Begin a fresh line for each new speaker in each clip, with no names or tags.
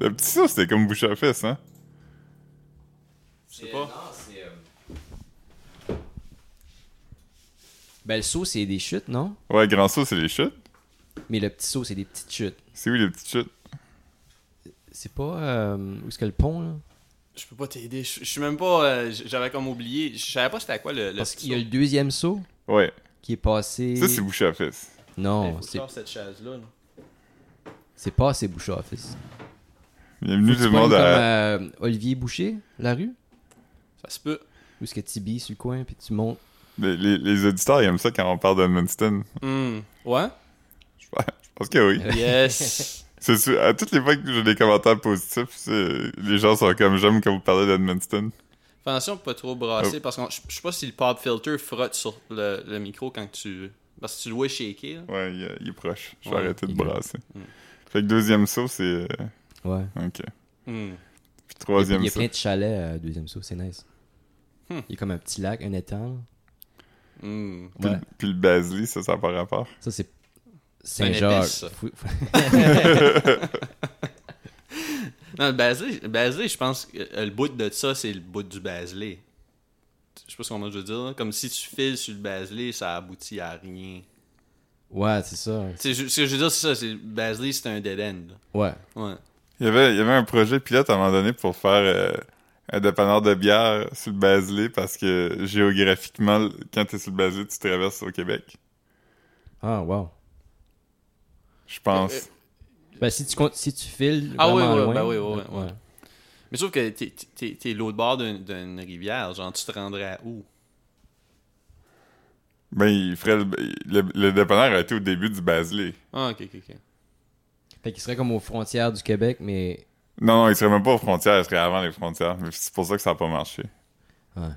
Le petit ça, c'était comme bouche à fesse, hein?
Je sais pas.
Ben, le saut, c'est des chutes, non?
Ouais, grand saut, c'est les chutes.
Mais le petit saut, c'est des petites chutes.
C'est où les petites chutes?
C'est pas. euh, où est-ce que le pont, là?
Je peux pas t'aider. Je je suis même pas. euh, j- J'avais comme oublié. Je savais pas c'était à quoi le. le
Parce qu'il y a
saut.
le deuxième saut
Ouais.
qui est passé.
Ça, c'est bouche à fesse.
Hey, faut
non,
que
c'est
sorte cette chaise-là. là.
c'est pas assez Boucher Office.
Bienvenue tout
Tu
le
pognes
monde
comme
à.
euh, Olivier Boucher, la rue?
Ça se peut.
Où est-ce que Tibi sur le coin, puis tu montes.
Les, les- les auditeurs, ils aiment ça quand on parle d'Edmundston.
Hmm. Ouais?
Je pense- je pense que
Euh.
oui.
Yes.
C'est sûr- à toutes les fois que j'ai des commentaires positifs, c'est- les gens sont comme j'aime quand vous parlez d'Edmundston.
Fais attention pour pas trop
Oh.
brasser parce que je je sais pas si le pop filter frotte sur le, le micro quand tu. Parce que tu le vois shaker. là.
Ouais, il, est- il est proche. Je vais
Ouais,
arrêter de
il est-
brasser.
Mm.
Fait que deuxième saut, c'est. euh,
Ouais.
Ok. Puis
Hmm.
Il y a- il
troisième
y a
saut.
plein de chalets euh, deuxième saut, c'est nice.
Hmm.
Il y a comme un petit lac, un étang.
Hmm.
Puis,
Ouais.
puis le Basely, ça, ça n'a pas rapport.
Ça, c'est
un
Saint-Jacques.
épice, ça.
Fou- fou-
Non, le Basley, le Basley, je pense que euh, le bout de ça, c'est le bout du Basley. Je sais pas ce qu'on je veux dire. là. Comme si tu files sur le Basley, ça aboutit à rien.
Ouais, c'est ça.
C'est ju- ce que je veux dire, c'est ça. c'est- Le Basley, c'est un dead end. là.
Ouais.
Ouais.
Il y, avait, il y avait un projet pilote à un moment donné pour faire euh, un dépanneur de bière sur le Basely parce que géographiquement, quand t'es sur le Basely, tu traverses au Québec.
Ah, wow.
Je pense.
Euh,
Ben, si tu, comptes- si tu files
Ah
vraiment
oui, oui,
loin...
ben oui, oui, oui. Mais sauf que t'es- t'es- t'es t'es l'autre bord d'un- d'une rivière. Genre, tu te rendrais à où
Ben, il ferait le, le, le dépanneur a été au début du Basely.
Ah, ok, ok, ok.
Fait qu'il serait comme aux frontières du Québec, mais...
Non, non, il serait même pas aux frontières, il serait avant les frontières. Mais C'est pour ça que ça n'a pas marché.
Mais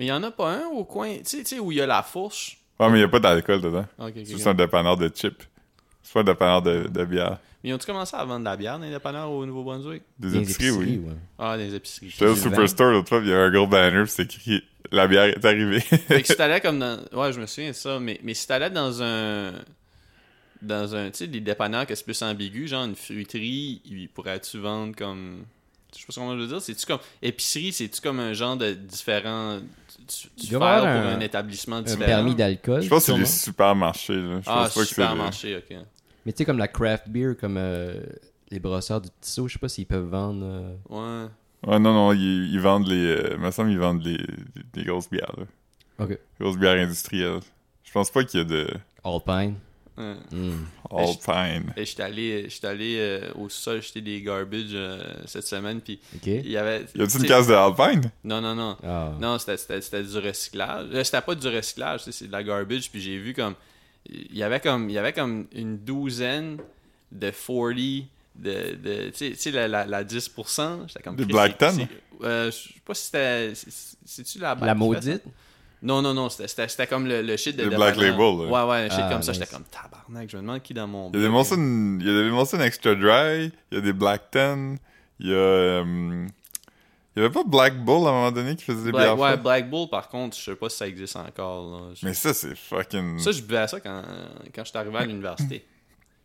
il y en a pas un au coin, tu sais, tu sais, où il y a la fourche.
Ouais, mais il n'y a pas d'alcool dedans.
Ah, ok, ok,
C'est
ok.
juste un dépanneur de chips. C'est pas un dépanneur de, de bière.
Mais ils ont-tu commencé à vendre de la bière dans les dépanneurs au Nouveau-Brunswick
Des
Des
épiceries, oui.
ouais.
Ah, dans les épiceries.
J'étais au
Des
Superstore l'autre fois, puis il y avait un gros banner, puis c'est écrit « La bière est arrivée
Fait que si t'allais comme dans. Ouais, je me souviens de ça, mais, mais si t'allais dans un. Dans un. Tu sais, des dépanneurs que c'est plus ambigu, genre une fruiterie, il pourrais-tu vendre comme. Je sais pas comment je veux dire. C'est-tu comme. Épicerie, c'est-tu comme un genre de différent. Tu, tu
Il
faire
doit
pour
y avoir
un,
un-
établissement
Un
différent.
permis d'alcool. ».
Je pense que c'est
sûrement.
les supermarchés, là. Je
Ah,
pense pas que c'est... les-
supermarché, ok.
Mais tu sais, comme la craft beer, comme euh, les brasseurs du petit saut, je sais pas s'ils peuvent vendre... euh,
Ouais.
Ouais, non, non, ils, ils vendent les... euh, me semble qu'ils vendent les, les grosses bières, là.
Ok.
Grosses bières industrielles. Je pense pas qu'il y a de
Alpine.
ouais.
Hmm.
All Pine.
Et j'étais allé, j'étais allé euh, au sol jeter des garbage euh, cette semaine, puis
OK.
il y avait.
Y a-t-il
tu
une
sais-
case de Alpine?
Non, non, non.
Ah.
Non, ben, c'était- c'était c'était du recyclage. Euh, C'était pas du recyclage, tu sais, c'est de la garbage. Puis j'ai vu comme. Il y avait comme il y avait comme une douzaine de 40, de. de tu sais- tu sais, la, la, la 10%. J'étais comme.
Des
Chris,
Black
c'est-
Tan?
c'est- euh, Je sais pas si c'était. c'est- C'est-tu la
La
Black qui fait ça?
maudite.
Non, non, non, c'était- c'était c'était comme le, le shit de.
Le
de
Black
Banana.
Label,
Ouais, ouais, un shit
Ah,
comme ça.
nice.
J'étais comme tabarnak, je me demande qui dans mon.
Il y a des
bloc-
Molson, il y a des Molson Extra Dry, il y a des Black Ten, il y a... euh, il y avait pas Black Bull à un moment donné qui faisait des
Black,
bières
ouais,
fortes?
Black Bull, par contre, je sais pas si ça existe encore. là. Je-
Mais hmm. ça, c'est fucking...
Ça, je buvais ça quand, quand j'étais arrivé à l'université.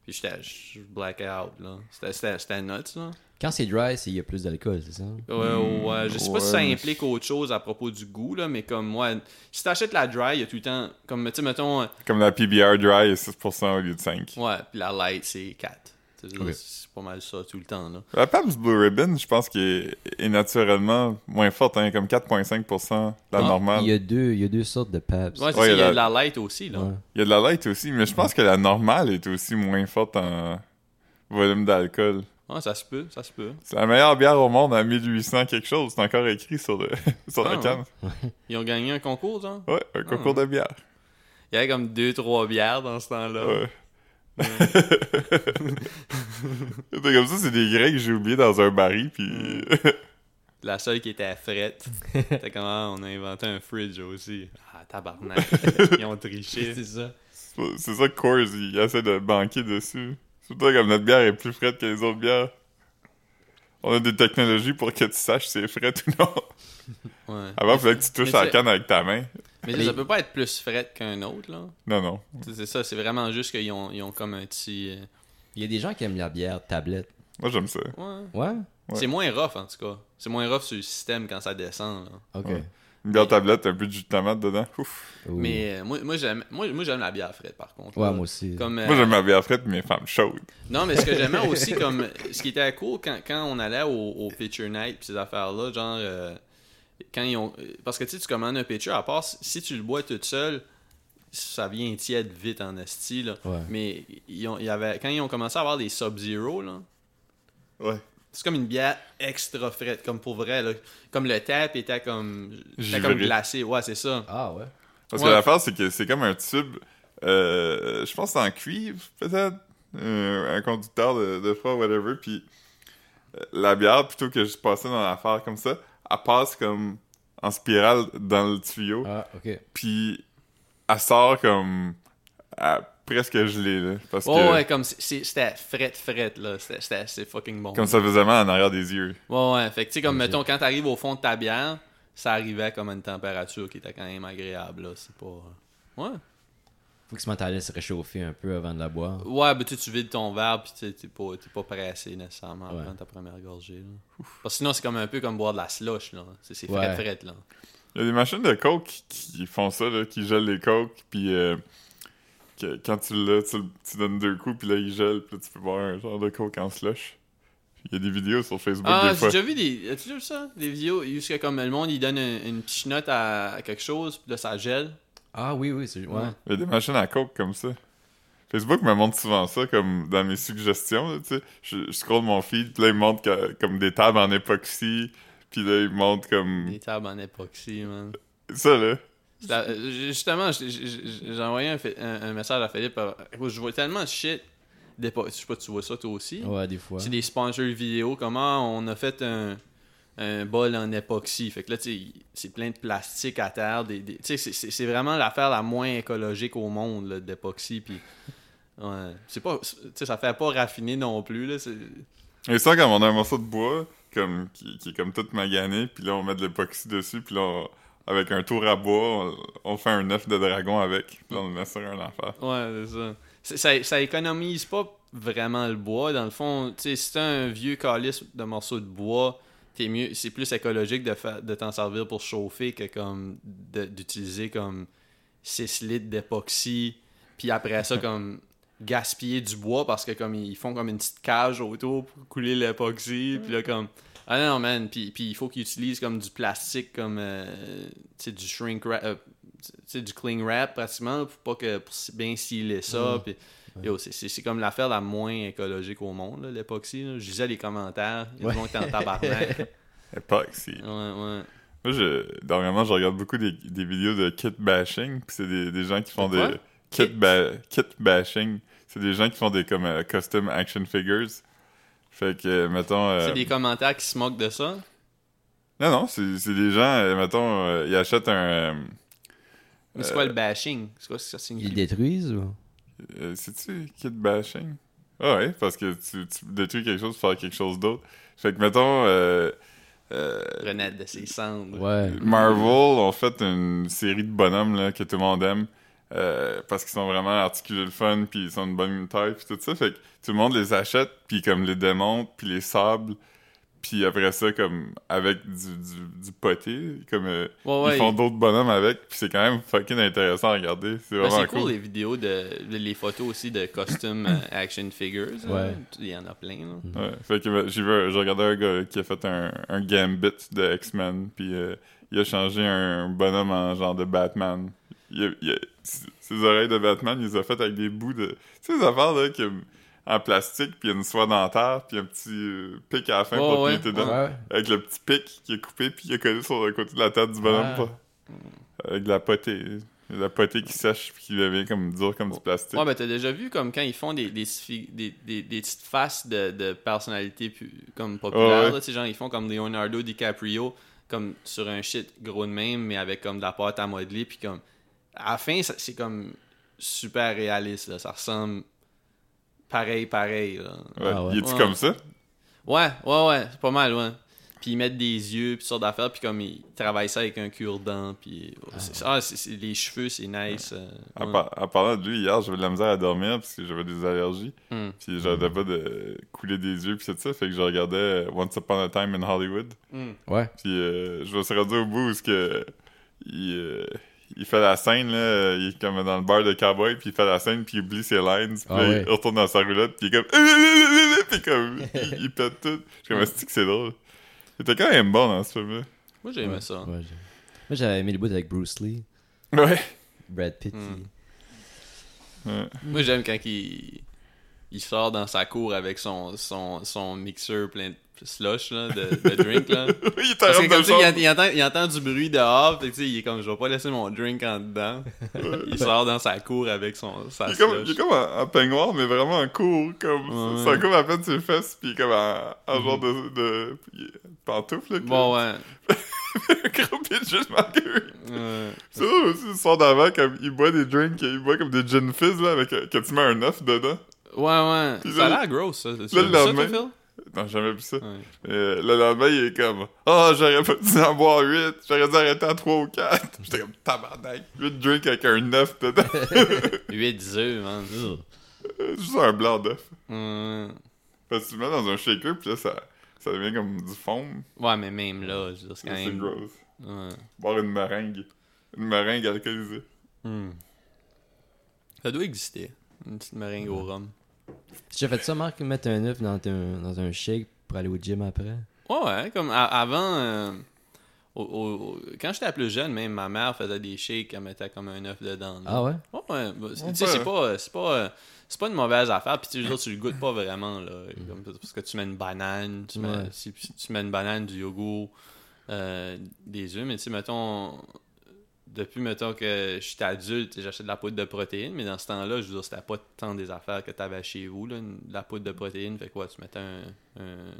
Puis j'étais je blackais out, là. C'était- C'était c'était nuts, là.
Quand c'est dry, c'est il y a plus d'alcool, c'est ça?
Ouais, ouais. Je sais pas si ça
Hmm, ouais, mais-
implique autre chose à propos du goût, là, mais comme moi, si t'achètes la dry, il y a tout le temps, comme, tu sais, mettons, euh,
Comme la PBR Dry est 6% au lieu de 5.
ouais, puis la light, c'est 4. Tu sais,
Ok.
C'est pas mal ça tout le temps, là.
La Pabst Blue Ribbon, je pense qu'elle est, est naturellement moins forte, hein, comme 4,5% de la normale.
Il y, a deux, il y a deux sortes de Pabst.
Ouais, c'est
Ouais,
ça, il y a
la-
de la light aussi, là.
Ouais.
Il y a de la light aussi, mais je pense que la normale est aussi moins forte en volume d'alcool.
Ouais, ça se peut, ça se peut.
C'est la meilleure bière au monde à 1800 quelque chose, c'est encore écrit sur, le, sur
Ah,
la canne.
Ils ont gagné un concours, genre.
Ouais, un concours de bière.
Il y avait comme deux, trois bières dans ce temps-là.
Ouais. C'est comme ça, c'est des grains que j'ai oubliés dans un baril, puis...
La seule qui était à frette. C'était comme, ah, on a inventé un fridge aussi. Ah, tabarnak. Ils ont triché.
C'est ça.
c'est ça que Coors, il essaie de banquer dessus. Surtout comme notre bière est plus frette que les autres bières. On a des technologies pour que tu saches si c'est frette ou non.
Ouais.
Avant, il fallait que tu touches
Mais
à la
tu-
canne avec ta main.
Mais ça peut pas être plus frette qu'un autre, là.
Non, non.
Tu sais, C'est ça, c'est vraiment juste qu'ils ont, ils ont comme un petit. euh,
Il y a des gens qui aiment la bière tablette.
Moi, j'aime ça.
Ouais.
Ouais?
Ouais.
C'est moins rough, en tout cas. C'est moins rough sur le système quand ça descend. là.
Ok.
Ouais. Une bière tablette, un peu de jus de tomate dedans. Ouf.
Ouh.
Mais euh, moi, moi, j'aime moi, moi, j'aime la bière frette, par contre.
Ouais,
là.
moi aussi.
Comme, euh,
Moi, j'aime ma bière frite, mais femme chaude.
Non, mais ce que j'aimais aussi, comme ce qui était cool quand, quand on allait au, au Picture Night pis ces affaires-là, genre, euh, quand ils ont. euh, Parce que tu sais, tu commandes un pitcher, à part si, si tu le bois tout seul, ça vient tiède vite en esti, là.
Ouais.
Mais ils ont, il y avait, quand ils ont commencé à avoir des Sub-Zero, là,
Ouais.
c'est comme une bière extra frette, comme pour vrai, là. Comme le tap était comme. Était
Givré.
comme glacé, ouais, c'est ça.
Ah ouais?
Parce
Ouais.
que l'affaire, c'est que c'est comme un tube, euh, je pense que c'est en cuivre, peut-être, euh, un conducteur de, de froid, whatever, puis euh, la bière, plutôt que juste passer dans l'affaire comme ça, elle passe comme en spirale dans le tuyau,
Ah, ok.
puis elle sort comme à presque gelée, là, parce
Ouais,
que
ouais, comme c'est- c'est- c'était frette, frette, là. C'était- C'était assez fucking bon.
comme ça faisait mal en arrière des yeux.
Ouais, ouais. Fait que, tu sais, comme,
Ok.
mettons, quand t'arrives au fond de ta bière, ça arrivait comme à une température qui était quand même agréable, là. C'est pas. euh, Ouais.
Faut que ce mental se réchauffer un peu avant de la boire.
Ouais, ben, tu sais, tu vides ton verre, pis tu sais, t'es pas, t'es pas pressé nécessairement
Ouais.
avant ta première gorgée, là. Parce que sinon, c'est comme un peu comme boire de la slush, là. C'est c'est
Ouais.
frais, frais, là.
Il y a des machines de coke qui- qui font ça, là, qui gèlent les cokes, puis euh, que- quand tu l'as, tu, le- tu donnes deux coups, puis là, il gèle, puis là, tu peux boire un genre de coke en slush. Il y a des vidéos sur Facebook
Ah,
des
j'ai
fois.
déjà vu des. As-tu déjà vu ça? Des vidéos où c'est comme le monde, il donne un- une petite note à, à quelque chose, pis là, ça gèle.
Ah oui, oui, c'est. Ouais.
Il y a des machines à coke comme ça. Facebook me montre souvent ça, comme dans mes suggestions, là, tu sais. Je, je scroll mon feed, puis là, il me montre que- comme des tables en époxy, puis là, il me montre
Mm.
comme...
Des tables en époxy, man.
Ça, là.
C'est la- euh, justement, j'ai- j'ai j'ai- j'ai envoyé un, fait- un- un message à Philippe. euh, Je vois tellement de shit. d'épo- Je sais pas, tu vois ça toi aussi.
Ouais, des fois.
C'est des sponsors vidéo. Comment on a fait un, un bol en époxy. Fait que là, tu sais, c'est plein de plastique à terre. Des, des- tu sais, c'est- c'est c'est vraiment l'affaire la moins écologique au monde, là, d'époxy. Puis. ouais, c'est pas. c'est- Tu sais, ça fait pas raffiner non plus, là. c'est-
Et ça, quand on a un morceau de bois comme, qui, qui est comme tout magané, puis là, on met de l'époxy dessus, puis là, on- avec un tour à bois, on, on fait un œuf de dragon avec, puis là, on le met sur un affaire.
Ouais, c'est ça. C'est- ça. Ça économise pas vraiment le bois. Dans le fond, tu sais, si t'as un vieux calice de morceaux de bois, t'es mieux. C'est plus écologique de, fa- de t'en servir pour chauffer que comme de- d'utiliser comme 6 litres d'époxy. Puis après ça, comme gaspiller du bois parce que comme ils font comme une petite cage autour pour couler l'époxy. Puis là, comme. Ah non, man. Puis, puis il faut qu'ils utilisent comme du plastique, comme. euh, tu sais, du shrink wrap. euh, tu sais, du cling wrap pratiquement là, pour pas que pour si- bien sceller
Mm.
ça puis yo, c'est- c'est c'est comme l'affaire la moins écologique au monde là, l'époxy là. je lisais les commentaires ils
Ouais.
vont en tabarnak ouais
Époxy.
ouais
Moi, je, dernièrement, je regarde beaucoup des, des vidéos de kit bashing, puis c'est des, des gens qui font
De quoi?
des. Kit,
Kit?
ba- kit bashing. C'est des gens qui font des comme euh, custom action figures. Fait que, euh, mettons. euh,
c'est des commentaires qui se moquent de ça
Non, non, c'est c'est des gens, euh, mettons, euh, ils achètent un. euh,
mais c'est quoi le bashing c'est quoi que ça
Ils
signifie
le détruisent ou?
Euh, C'est-tu kit bashing? Ah ouais, parce que tu, tu détruis quelque chose pour faire quelque chose d'autre. Fait que, mettons, euh, euh,
renaître de ses cendres
Ouais.
Marvel ont fait une série de bonhommes là, que tout le monde aime euh, parce qu'ils sont vraiment articulés le fun, puis ils sont de bonne taille, puis tout ça. Fait que tout le monde les achète, puis comme les démonte, puis les sable, puis après ça, comme avec du, du, du poté, comme euh,
ouais, ouais
ils font d'autres bonhommes avec, puis c'est quand même fucking intéressant à regarder. C'est
Ben,
vraiment
c'est cool, les vidéos de, de- les photos aussi de costume euh, action figures là.
Ouais.
il y en a plein là.
Ouais, fait que ben, j'ai vu, un- j'ai regardé un gars qui a fait un, un gambit de X-Men, puis euh, il a changé un bonhomme en genre de Batman. Il a- il a- ses- ses oreilles de Batman, il les a faites avec des bouts de. Tu sais, ces affaires là, qui, en plastique, puis il y a une soie dentaire, puis un petit euh, pic à la fin
Ouais,
pour
ouais,
qu'il était
Ouais,
dedans.
ouais.
Avec le petit pic qui est coupé, puis il a collé sur le côté de la tête du bonhomme.
Ouais.
pas- Avec de la potée. De la potée qui sèche, puis qui devient comme dur comme du plastique.
Ouais, ben t'as déjà vu comme quand ils font des, des, fi- des, des- des petites faces de, de personnalités pu- comme populaires,
Ah ouais.
là, tu sais, genre ils font comme Leonardo DiCaprio, comme sur un shit gros de même, mais avec comme de la pâte à modeler, puis comme... À la fin, ça- c'est comme super réaliste, là, ça ressemble pareil, pareil, là.
Ouais.
Ah ouais.
Il est-tu
Ouais.
comme ça?
Ouais, ouais, ouais, c'est pas mal, ouais. Puis ils mettent des yeux, puis toutes sortes d'affaires, puis comme ils travaillent ça avec un cure-dent, puis. ouais, c'est- Ah, c'est- c'est- les cheveux, c'est nice. euh,
En,
ouais.
par- en parlant de lui, hier, j'avais de la misère à dormir parce que j'avais des allergies.
Hmm.
Puis j'arrêtais pas de couler des yeux, puis c'est ça. Fait que je regardais euh, Once Upon a Time in Hollywood.
Hmm.
Ouais.
Puis euh, je me suis rendu au bout où ce que il, euh, il fait la scène, là, il est comme dans le bar de cowboy, puis il fait la scène, puis il oublie ses lines, puis
Ah
là,
ouais.
il retourne dans sa roulotte, puis il est comme... puis comme, il, il pète tout. Je suis comme, Asti que c'est drôle. Il était quand même bon dans ce film-là.
Moi, j'aimais
Ouais,
ça.
ouais, j'ai- Moi, j'avais aimé le bout avec Bruce Lee,
Ouais.
Brad Pitt.
Mm.
il-
Ouais.
Moi, j'aime quand il... il sort dans sa cour avec son, son, son mixeur plein de slush, là, de, de drink, là.
il était en
Parce que
robe
comme
de
ça, il,
chambre.
il entend, il entend du bruit dehors, fait que tu sais, il est comme, je vais pas laisser mon drink en dedans. il sort dans sa cour avec son, sa
Il est comme,
slush.
il est comme en, en peignoir, mais vraiment en court. Comme,
Ouais,
ça
ouais. Mhm.
comme à peine ses fesses, puis comme en, en genre de, de pantoufle. là,
Bon, ouais.
que- gros pitch juste marqué.
ouais.
C'est ça aussi l'histoire d'avant, comme il boit des drinks, il boit comme des gin fizz, là, avec, euh, que tu mets un œuf dedans.
Ouais, ouais.
Puis
Ça a
là,
l'air gross, ça.
le
ça, toi,
lendemain-
Phil?
Non, j'ai jamais vu ça.
Ouais.
Euh, le lendemain, il est comme, ah, j'aurais pas dû en boire 8, j'aurais dû arrêter à 3 ou 4. J'étais comme, tabarnak, 8 drinks avec un œuf dedans.
8 œufs, man.
juste un blanc d'œuf.
Ouais.
Parce que tu le mets dans un shaker, puis là, ça, ça devient comme du foam.
Ouais, mais même là, je veux dire, c'est quand
C'est
même.
gross.
Ouais.
Boire une meringue. Une meringue alcoolisée.
Ça doit exister. Une petite meringue au rhum.
Tu as fait ça, Marc, mettre un œuf dans, un- dans un shake pour aller au gym après?
Ouais, ouais, comme a- avant. euh, au- au- au- quand j'étais plus jeune, même ma mère faisait des shakes, elle mettait comme un œuf dedans. là.
Ah ouais?
Ouais, ouais. bah, c'est-
Ouais,
tu sais,
ouais.
c'est pas, euh, c'est pas, euh, c'est pas une mauvaise affaire. Puis tu sais, je veux dire, tu le goûtes pas vraiment, là. Comme, parce que tu mets une banane, tu mets,
Ouais.
si, si tu mets une banane, du yogourt, euh, des œufs. Mais tu sais, mettons, depuis, mettons que je suis adulte, j'achète de la poudre de protéines. Mais dans ce temps-là, je veux dire, c'était pas tant des affaires que t'avais chez vous, là. une- de la poudre de protéines, fait quoi, tu mettais un, un-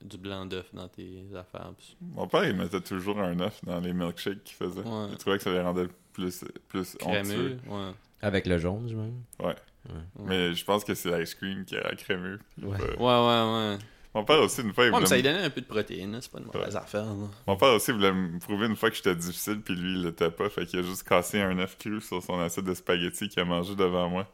du blanc d'œuf dans tes affaires. puis-
Mon père, il mettait toujours un œuf dans les milkshakes qu'il faisait.
Ouais.
Il trouvait que ça les rendait plus, plus onctueux.
Crémeux, ouais.
Avec le jaune, j'imagine.
Mais je pense que c'est l'ice cream qui est crémeux.
Ouais.
Euh,
Ouais, ouais, ouais.
Mon père aussi, une fois, il
Ouais, mais ça
voulait
lui
me...
donnait un peu de protéines, là, c'est pas une mauvaise affaire, là.
mon père aussi voulait me prouver une fois que j'étais difficile, puis lui, il l'était pas. Fait qu'il a juste cassé un œuf cru sur son assiette de spaghettis qu'il a mangé devant moi.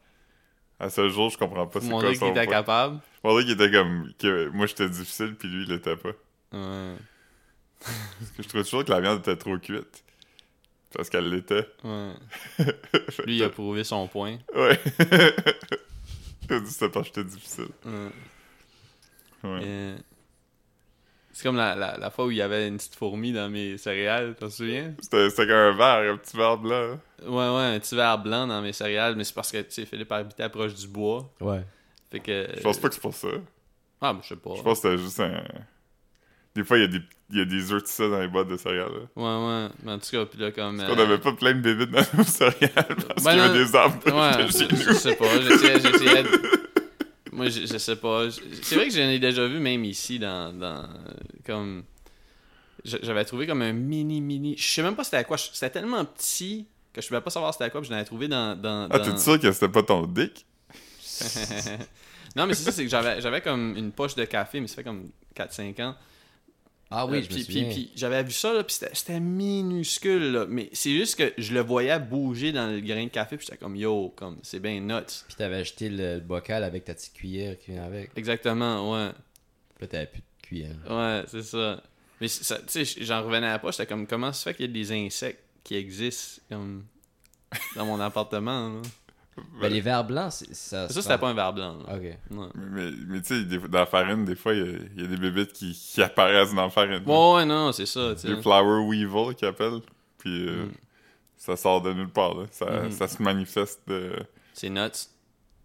À ce jour, je comprends pas
Pour
c'est quoi
montrer qu'il
son
était
point.
capable.
Montrer qu'il était comme... que moi, j'étais difficile, puis lui, il l'était pas.
Ouais,
Parce que je trouvais toujours que la viande était trop cuite. Parce qu'elle l'était.
ouais.
Fait
Lui,
que-
il a prouvé son point.
Ouais. Il a dit, c'est parce que j'étais difficile.
Ouais.
Ouais.
Euh, C'est comme la, la, la fois où il y avait une petite fourmi dans mes céréales, t'en souviens?
C'était c'était comme un verre, un petit verre blanc. hein.
Ouais, ouais, un petit verre blanc dans mes céréales, mais c'est parce que, tu sais, Philippe habitait proche du bois.
Ouais.
Fait que...
Je pense pas que c'est pour ça.
Ah, mais je sais pas.
Je pense que c'était juste un. Des fois, il y a des, il y a des œufs de ça dans les boîtes de céréales. là.
Ouais, ouais, mais en tout cas, puis là, comme...
Parce qu'on
euh,
avait pas plein de bébites dans nos céréales parce
Ben
qu'il y
non.
avait des arbres
Ouais,
chez
je, je
nous.
sais pas, j'essayais, j'essayais de- Moi, je, je sais pas. Je- C'est vrai que j'en ai déjà vu même ici dans... dans comme... je- J'avais trouvé comme un mini, mini... Je sais même pas c'était à quoi. Je- C'était tellement petit que je pouvais pas savoir c'était à quoi, puis je l'avais trouvé dans... dans,
Ah,
dans-
t'es sûr que c'était pas ton dick?
non, mais c'est ça, c'est que j'avais j'avais comme une poche de café, mais ça fait comme 4-5 ans.
Ah
Euh,
oui, je me
puis, puis-
souviens.
puis j'avais vu ça, là, puis c'était- c'était minuscule, là. Mais c'est juste que je le voyais bouger dans le grain de café, puis j'étais comme, yo, comme, c'est bien nuts.
Puis t'avais acheté le, le bocal avec ta petite cuillère qui vient avec.
Exactement, ouais.
Puis là, t'avais plus de cuillère.
Ouais, c'est ça. Mais c'est- ça- tu sais, j'en revenais pas. J'étais comme, comment ça fait qu'il y a des insectes qui existent comme dans mon appartement? là?
Ben, les verres blancs, c'est- ça.
Ça, c'était pas un verre blanc. là.
Ok.
Ouais.
Mais, mais tu sais, des- dans la farine, des fois, il y a- il y, a des bébites qui, qui apparaissent dans la farine.
Ouais, ouais, non, c'est ça. tu sais.
des flower weevil qu'ils appellent. Puis euh,
Mm.
ça sort de nulle part. là. Ça,
Mhm.
ça se manifeste. de-
C'est nuts.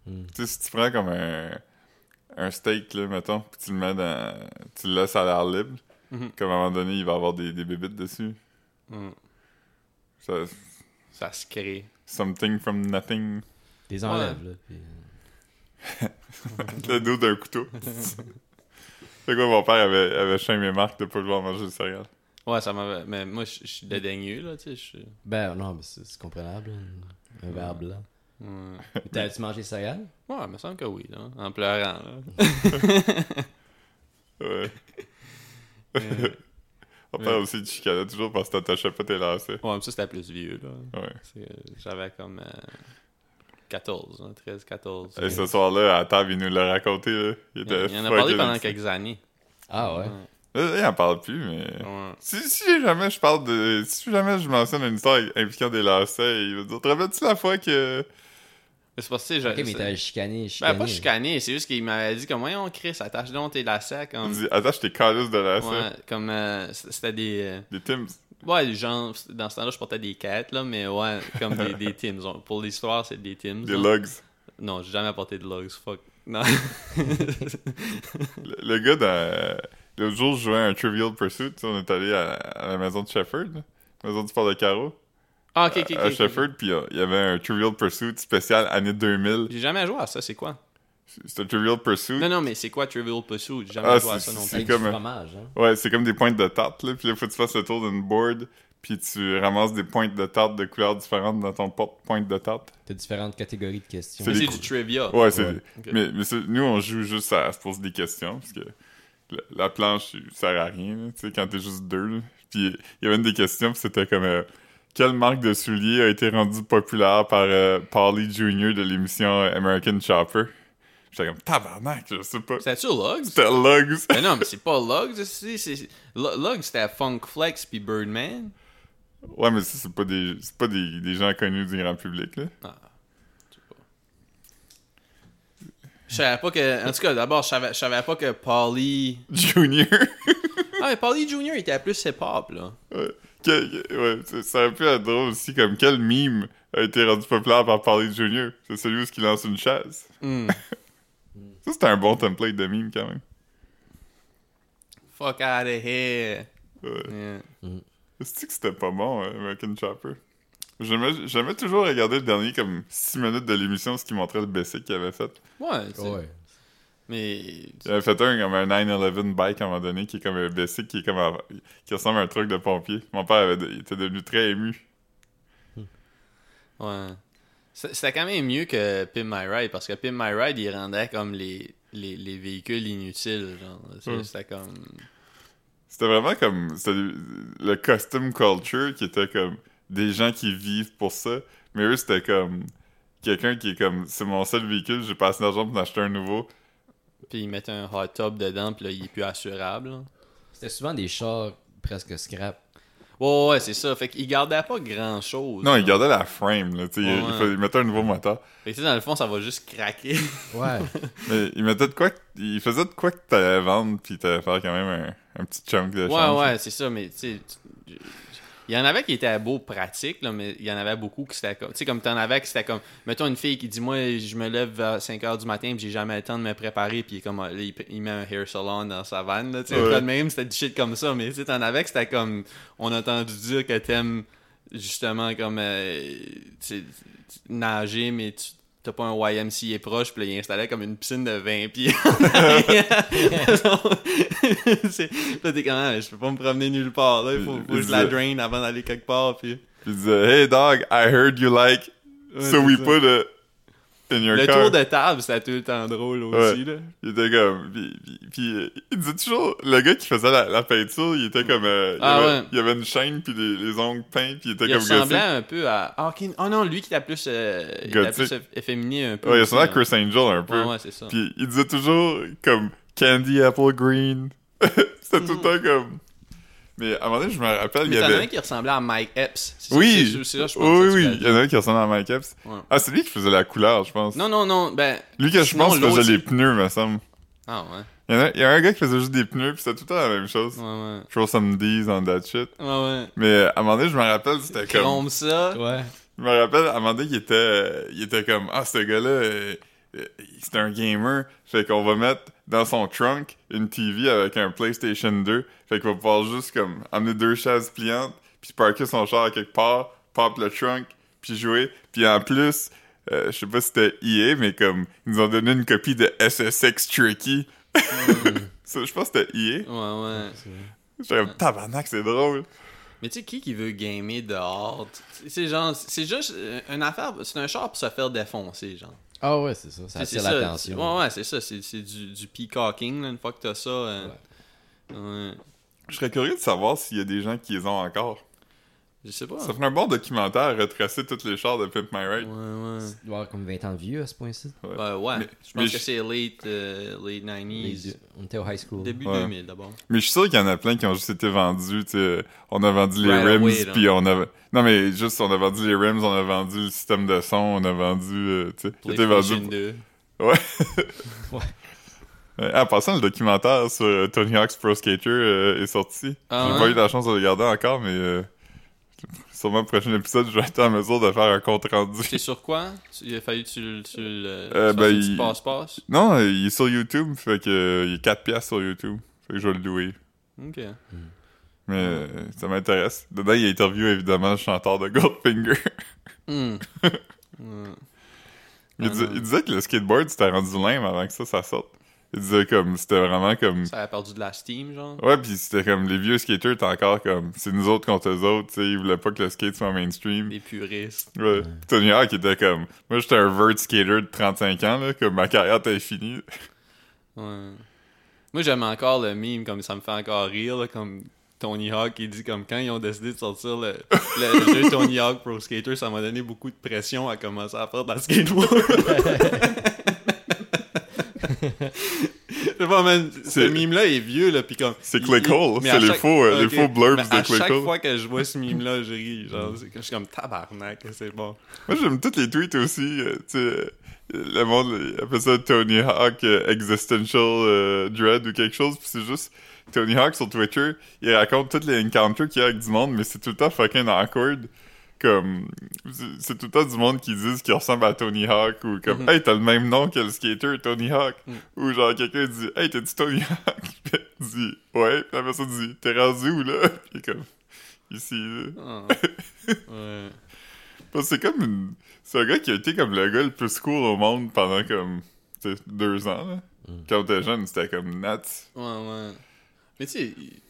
Tu sais, si tu prends comme un, un steak, là, mettons, puis tu le mets dans. Tu le laisses à l'air libre,
Mhm.
comme à un moment donné, il va avoir des, des bébites dessus.
Mm.
Ça,
Ça se crée.
something from nothing.
Des enlèves, là. puis- euh,
le dos d'un couteau. C'est quoi, mon père avait, avait chien mes marques de pas vouloir manger de céréales.
Ouais, ça m'avait. Mais moi, je je suis dédaigneux, là, tu sais. je suis-
Ben, non, mais c'est c'est compréhensible. là. Un verre blanc.
Ouais.
Mais T'avais-tu mangé des céréales?
ouais, il me semble que oui, là. En pleurant, là.
Ouais.
Euh,
On parle aussi de chicanais, toujours parce que t'attachais pas tes lacets.
Ouais, mais ça, c'était plus vieux, là.
Ouais.
C'est, euh, J'avais comme euh, 14, hein, 13, 14.
Et ce soir-là, à la table, il nous l'a raconté, là. Il
Il,
était
il en a parlé
fucking
pendant
excité.
quelques années.
Ah ouais.
Là, il en parle plus, mais...
Ouais.
Si, si jamais je parle de... Si jamais je mentionne une histoire impliquant des lacets, il va dire « Te rappelles-tu la fois que...
Mais c'est parce que, tu sais,
Ok, mais
je.
t'as
c'est-
chicané,
Ben,
chicané.
pas chicané, c'est juste qu'il m'avait dit comme, voyons, Chris, attache donc tes lacets,
Il
comme.
dit, Attache tes calices de lacets.
Ouais, comme euh, c'était des. euh,
Des Timbs.
Ouais, genre, dans ce temps-là, je portais des quêtes, là, mais ouais, comme des, des Tims. On- Pour l'histoire, c'est des Tims.
Des
hein.
Lugs. Euh,
Non, j'ai jamais apporté de logs, fuck. Non.
Le, le gars, dans... L'autre jour, je jouais à un Trivial Pursuit. tu sais, On est allé à, à la maison de Shepard, là. maison du sport de carreau.
ah, ok, ok, ok.
à
ok.
Shefford, puis euh, il y avait un Trivial Pursuit spécial année 2000.
J'ai jamais joué à ça, c'est quoi
C'était Trivial Pursuit.
Non, non, mais c'est quoi Trivial Pursuit J'ai jamais
Ah,
joué à ça non
c'est
plus.
Avec
comme
du
un-
fromage, hein.
Ouais, c'est comme des pointes de tarte, là. Puis là, faut que tu fasses le tour d'une board, puis tu ramasses des pointes de tarte de couleurs différentes dans ton porte-pointe de tarte.
T'as différentes catégories de questions.
C'est
Mais
des
c'est
cou-
du trivia.
Ouais, c'est.
Ouais.
Ok.
Mais, mais c'est- nous, on joue juste à se poser des questions, parce que la, la planche ça sert à rien, là, tu sais, quand t'es juste deux, là. Puis il y avait une des questions, puis c'était comme. euh, quelle marque de souliers a été rendue populaire par euh, Pauly Jr. de l'émission American Chopper? J'étais comme tabarnak, je sais pas.
C'était-tu Logs
C'était Lugs.
Mais non, mais c'est pas Logs, c'est. c'est- Lo- Logs, c'était Funk Flex puis Birdman.
Ouais, mais ça, c'est pas des c'est pas des, des gens connus du grand public, là.
Ah. Je sais pas. Je savais pas que. En tout cas, d'abord, je savais, je savais pas que Paulie.
Junior.
Ah, mais Paulie Junior était plus hip-hop, là.
ouais, Que- que- ouais, ça- ça aurait pu être drôle aussi, comme quel mime a été rendu populaire par Parler Junior. C'est celui où il lance une chaise.
Hmm.
Ça, c'était un bon template de mime, quand même.
Fuck out of here.
Ouais.
Yeah.
C'est-tu que c'était pas bon, euh, American Chopper? J'aimais j'aimais toujours regarder le dernier, comme 6 minutes de l'émission, ce qui montrait le BC qu'il avait fait.
Ouais, tu sais.
Ouais.
Mais.
Il avait fait un comme un 911 bike à un moment donné qui est comme un basic qui est comme un- qui ressemble à un truc de pompier. Mon père avait de- il était devenu très ému.
Ouais. C- C'était quand même mieux que Pimp My Ride parce que Pimp My Ride, il rendait comme les, les, les véhicules inutiles. Genre. C'est-
Mm.
C'était comme.
C'était vraiment comme c'était le custom culture qui était comme des gens qui vivent pour ça, mais eux c'était comme quelqu'un qui est comme c'est mon seul véhicule, j'ai pas assez d'argent pour en acheter un nouveau.
Puis ils mettaient un hot tub dedans, puis là, il est plus assurable. là.
C'était souvent des chars presque scrap.
Ouais, ouais, c'est ça. Fait qu'il gardait pas grand chose.
Non, il gardait la frame là, tu sais, il- il,
Ouais.
fallait- il mettait un nouveau moteur.
Fait que, tu sais, dans le fond, ça va juste craquer.
Ouais.
Mais il mettait de quoi que- il faisait de quoi que t'allais vendre puis t'allais faire quand même un, un petit chunk de
ouais,
change.
ouais, c'est ça. Mais tu sais, tu- tu- il y en avait qui étaient beaux pratiques, là, mais il y en avait beaucoup qui c'était comme. Tu sais, comme t'en avais qui c'était comme. Mettons une fille qui dit Moi, je me lève à 5 h du matin, puis j'ai jamais le temps de me préparer, puis comme, ah, là, il, il met un hair salon dans sa vanne, là, tu sais.
Ouais.
Pas de même, c'était du shit comme ça, mais tu sais, t'en avais que c'était comme. On a entendu dire que t'aimes justement comme. euh, tu sais, tu- nager, mais tu. T'as pas un YMCA proche, puis là, il installait comme une piscine de 20 pieds. C'est- Là, t'es quand même, je peux pas me promener nulle part. Là, il faut, faut que je la drain avant d'aller quelque part. Puis...
Puis il disait Hey dog, I heard you like so we put it in your
Le
car.
tour de table, c'était tout le temps drôle aussi. Là.
Il était comme puis, puis- puis, euh, il disait toujours le gars qui faisait la, la peinture, il était comme euh, il,
Ah
avait,
ouais.
il avait une chaîne puis les, les ongles peints puis il était
Il
comme gossé.
ressemblait un peu à. Ah, ok. Oh non, lui qui était plus, euh, il était
Gothique.
plus eff- efféminé un peu.
Ouais, il
aussi,
ressemblait à
là.
Chris Angel un peu.
Ouais, ouais, c'est ça.
Puis il disait toujours comme Candy Apple Green. C'était tout le temps comme mais à un moment donné, je me rappelle, il
Mm. Mais
y
t'en as un
avait
qui ressemblait à Mike Epps. C'est ça-
Oui.
c'est- c'est ça, je pense
Oui
que tu
oui,
l'as
il
dit.
y en a un qui ressemble à Mike Epps.
Ouais.
Ah, c'est lui qui faisait la couleur, je pense.
Non, non, non. Ben.
Lui que je
sinon,
pense faisait
l'autre-
les pneus, me semble.
Ah, ouais.
Il y, en a, il y a un gars qui faisait juste des pneus, puis c'était tout le temps la même chose.
Ouais, ouais.
Throw some D's on that shit.
Ouais,
Mais euh, à un moment donné, je me rappelle, c'était
ouais.
comme.
Chrome ça.
ouais.
Je me rappelle, à un moment donné, il était, euh, il était comme Ah, ce gars-là, euh, euh, c'est un gamer. Fait qu'on va mettre dans son trunk une TV avec un PlayStation 2. Fait qu'il va pouvoir juste comme amener deux chaises pliantes, puis parker son char à quelque part, pop le trunk, puis jouer. Puis en plus, euh, je sais pas si c'était EA, mais comme ils nous ont donné une copie de SSX Tricky. Ça, je pense que c'était EA.
Ouais, ouais.
J'étais comme tabarnak, c'est drôle.
Mais tu sais, qui qui veut gamer dehors? Tu- C'est genre, c'est juste euh, une affaire, c'est un char pour se faire défoncer, genre.
Ah ouais, c'est ça. Ça
C'est-
attire
c'est ça,
l'attention.
Ouais, ouais, c'est ça, c'est c'est du, du peacocking, là, une fois que t'as ça. euh, ouais.
Je serais curieux de savoir s'il y a des gens qui les ont encore.
Je sais pas.
Ça fait un bon documentaire à retracer tous les chars de Pimp My
Ouais,
Ride.
ouais.
Tu dois avoir comme 20 ans de vieux à ce point-ci.
Ouais.
Ben, ouais.
Mais-
je
mais
pense
je-
que c'est late, euh, late
Les
90s.
deux. On était au high school.
Début
Ouais.
2000 d'abord.
Mais je suis sûr qu'il y en a plein qui ont juste été vendus. tu sais, On a vendu les
Right away,
rims,
là.
puis on a. Non, mais juste, on a vendu les rims, on a vendu le système de son, on a vendu. euh, tu sais, qui était vendu-
PlayStation 2.
Ouais, Euh, En passant, le documentaire sur euh, Tony Hawk's Pro Skater euh, est sorti.
Ah
J'ai
ouais?
pas eu la chance de le regarder encore, mais euh, sûrement le prochain épisode, je vais être en mesure de faire un compte rendu.
C'est sur quoi Tu- Il a fallu que tu le. Tu le
Euh,
tu
ben,
fasses un petit
il-
passe-passe.
Non, euh, il est sur YouTube, fait que euh, il est 4 piastres sur YouTube. Fait que je vais le louer.
Ok.
Mais euh, ça m'intéresse. Dedans, il interview évidemment le chanteur de Goldfinger.
Hmm. Ouais.
Il,
Ah
dis-
non.
il disait que le skateboard c'était rendu lame avant que ça, ça sorte. Il disait comme c'était vraiment comme.
Ça a perdu de la steam, genre.
Ouais, puis c'était comme les vieux skaters étaient encore comme c'est nous autres contre eux autres, tu sais, ils voulaient pas que le skate soit mainstream.
Les puristes.
Ouais. Puis Tony Hawk était comme moi j'étais un vert skater de 35 ans là, comme ma carrière était finie.
Ouais. Moi, j'aime encore le meme, comme ça me fait encore rire, là, comme Tony Hawk, il dit comme quand ils ont décidé de sortir le, le jeu Tony Hawk Pro Skater, ça m'a donné beaucoup de pression à commencer à faire de la skateboard. Je sais pas, man, ce
C'est-
meme-là est vieux, là, pis comme...
C'est
il-
Click
il-
Hole,
mais
c'est
à
les faux, euh, les
ok,
faux blurbs
mais
de Mm. Click
À chaque
Hole.
fois que je vois ce meme-là, je ris, genre, c'est- je suis comme tabarnak, c'est bon.
Moi j'aime tous les tweets aussi, euh, tu sais, euh, le monde euh, appelle ça Tony Hawk euh, existential euh, dread ou quelque chose, puis c'est juste Tony Hawk sur Twitter, il raconte toutes les encounters qu'il y a avec du monde, mais c'est tout le temps fucking awkward. Comme, c'est- c'est tout le temps du monde qui disent qu'il ressemble à Tony Hawk ou comme,
Mhm.
hey, t'as le même nom que le skater Tony Hawk. Ou genre, quelqu'un dit, hey, t'es-tu Tony Hawk? Puis elle dit, ouais. Puis la personne dit, t'es rendu où là? Puis comme, ici, là.
Ah. Ouais.
Parce que c'est comme une... C'est un gars qui a été comme le gars le plus cool au monde pendant comme tu sais, deux ans. Là.
Mm.
Quand t'es jeune, c'était comme Nat.
Ouais, ouais. Mais tu sais, il-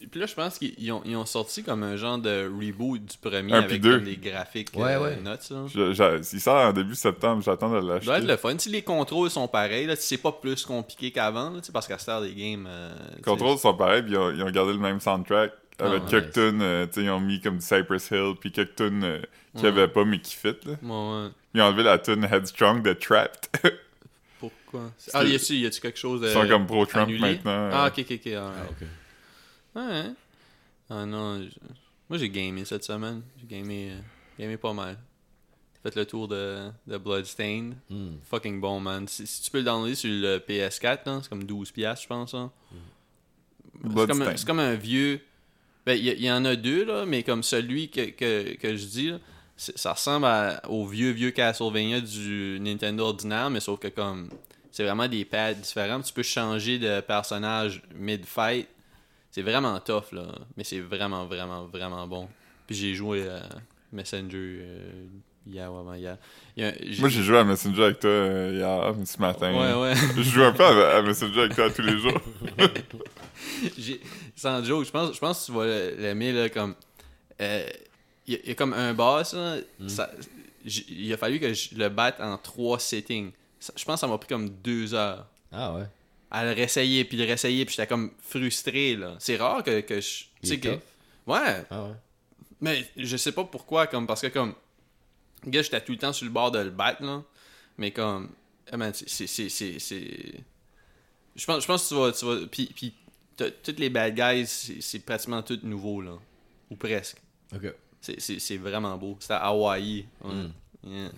et puis là, je pense qu'ils ils ont, ils ont sorti comme un genre de reboot du premier
Un puis
avec
deux.
comme des graphiques
Ouais,
euh,
ouais.
nuts. Là.
Je- j'a- il sort en début septembre, j'attends de
Ça doit être
l'acheter.
le fun. Si les contrôles sont pareils, là, c'est pas plus compliqué qu'avant, là, tu sais, parce qu'à cette heure des games. euh,
Les contrôles sont pareils, puis ils ont, ils ont gardé le même soundtrack. Avec
nice.
quelques tunes, euh, tu sais, ils ont mis comme du Cypress Hill, puis quelques tunes euh, qu'il y
Ouais.
avait pas, mais qui fit, là.
tu sais, ouais, ouais.
Ils ont enlevé la tune Headstrong de Trapped.
Pourquoi Ah, y a-tu y a-tu quelque chose.
Ils
euh,
sont comme pro-Trump
annulé?
maintenant.
Ah,
euh.
ok, ok, ok. alright. Ouais. Ah non, je- moi j'ai gamé cette semaine. J'ai gamé, euh, gamé pas mal. J'ai fait le tour de, de Bloodstained.
Hmm.
Fucking bon, man. Si, si tu peux le downloader sur le PS4, hein, c'est comme 12$, piastres, je pense. hein.
Mm.
C'est comme, un-
Bloodstained.
c'est comme un vieux. Ben, il y, il y en a deux, là, mais comme celui que, que, que je dis, là, c'est- ça ressemble à- au vieux, vieux Castlevania du Nintendo ordinaire, mais sauf que comme. C'est vraiment des pads différents. Tu peux changer de personnage mid-fight. C'est vraiment tough, là. Mais c'est vraiment, vraiment, vraiment bon. Puis j'ai joué à Messenger euh, hier ou avant hier. Il y a-
Moi, j'ai joué à Messenger avec toi euh, hier, ce matin.
Ouais, ouais.
Je joue un peu à, à Messenger avec toi tous les jours.
J'ai- Sans joke, je pense, je pense que tu vas l'aimer, là, comme... euh, Il y, a- il y a comme un boss, là,
Mm.
ça- j'ai- il a fallu que je le batte en trois settings. Ça- je pense que ça m'a pris comme deux heures
Ah ouais.
à le réessayer, puis le réessayer, puis j'étais comme frustré, là. C'est rare que, que je... tu
Il
sais
est
que-
tough.
Ouais,
Ah ouais.
mais je sais pas pourquoi, comme, parce que comme, gars, j'étais tout le temps sur le bord de le battre, là. Mais comme, eh ben, c'est- c'est- c'est. c'est- c'est- Je pense, je pense que tu vas. Tu vas puis, puis t'as- toutes les bad guys, c'est c'est pratiquement tout nouveau, là. Ou presque.
Ok.
C'est- C'est c'est vraiment beau. C'est à Hawaï. Ouais.
Mm.
Yeah.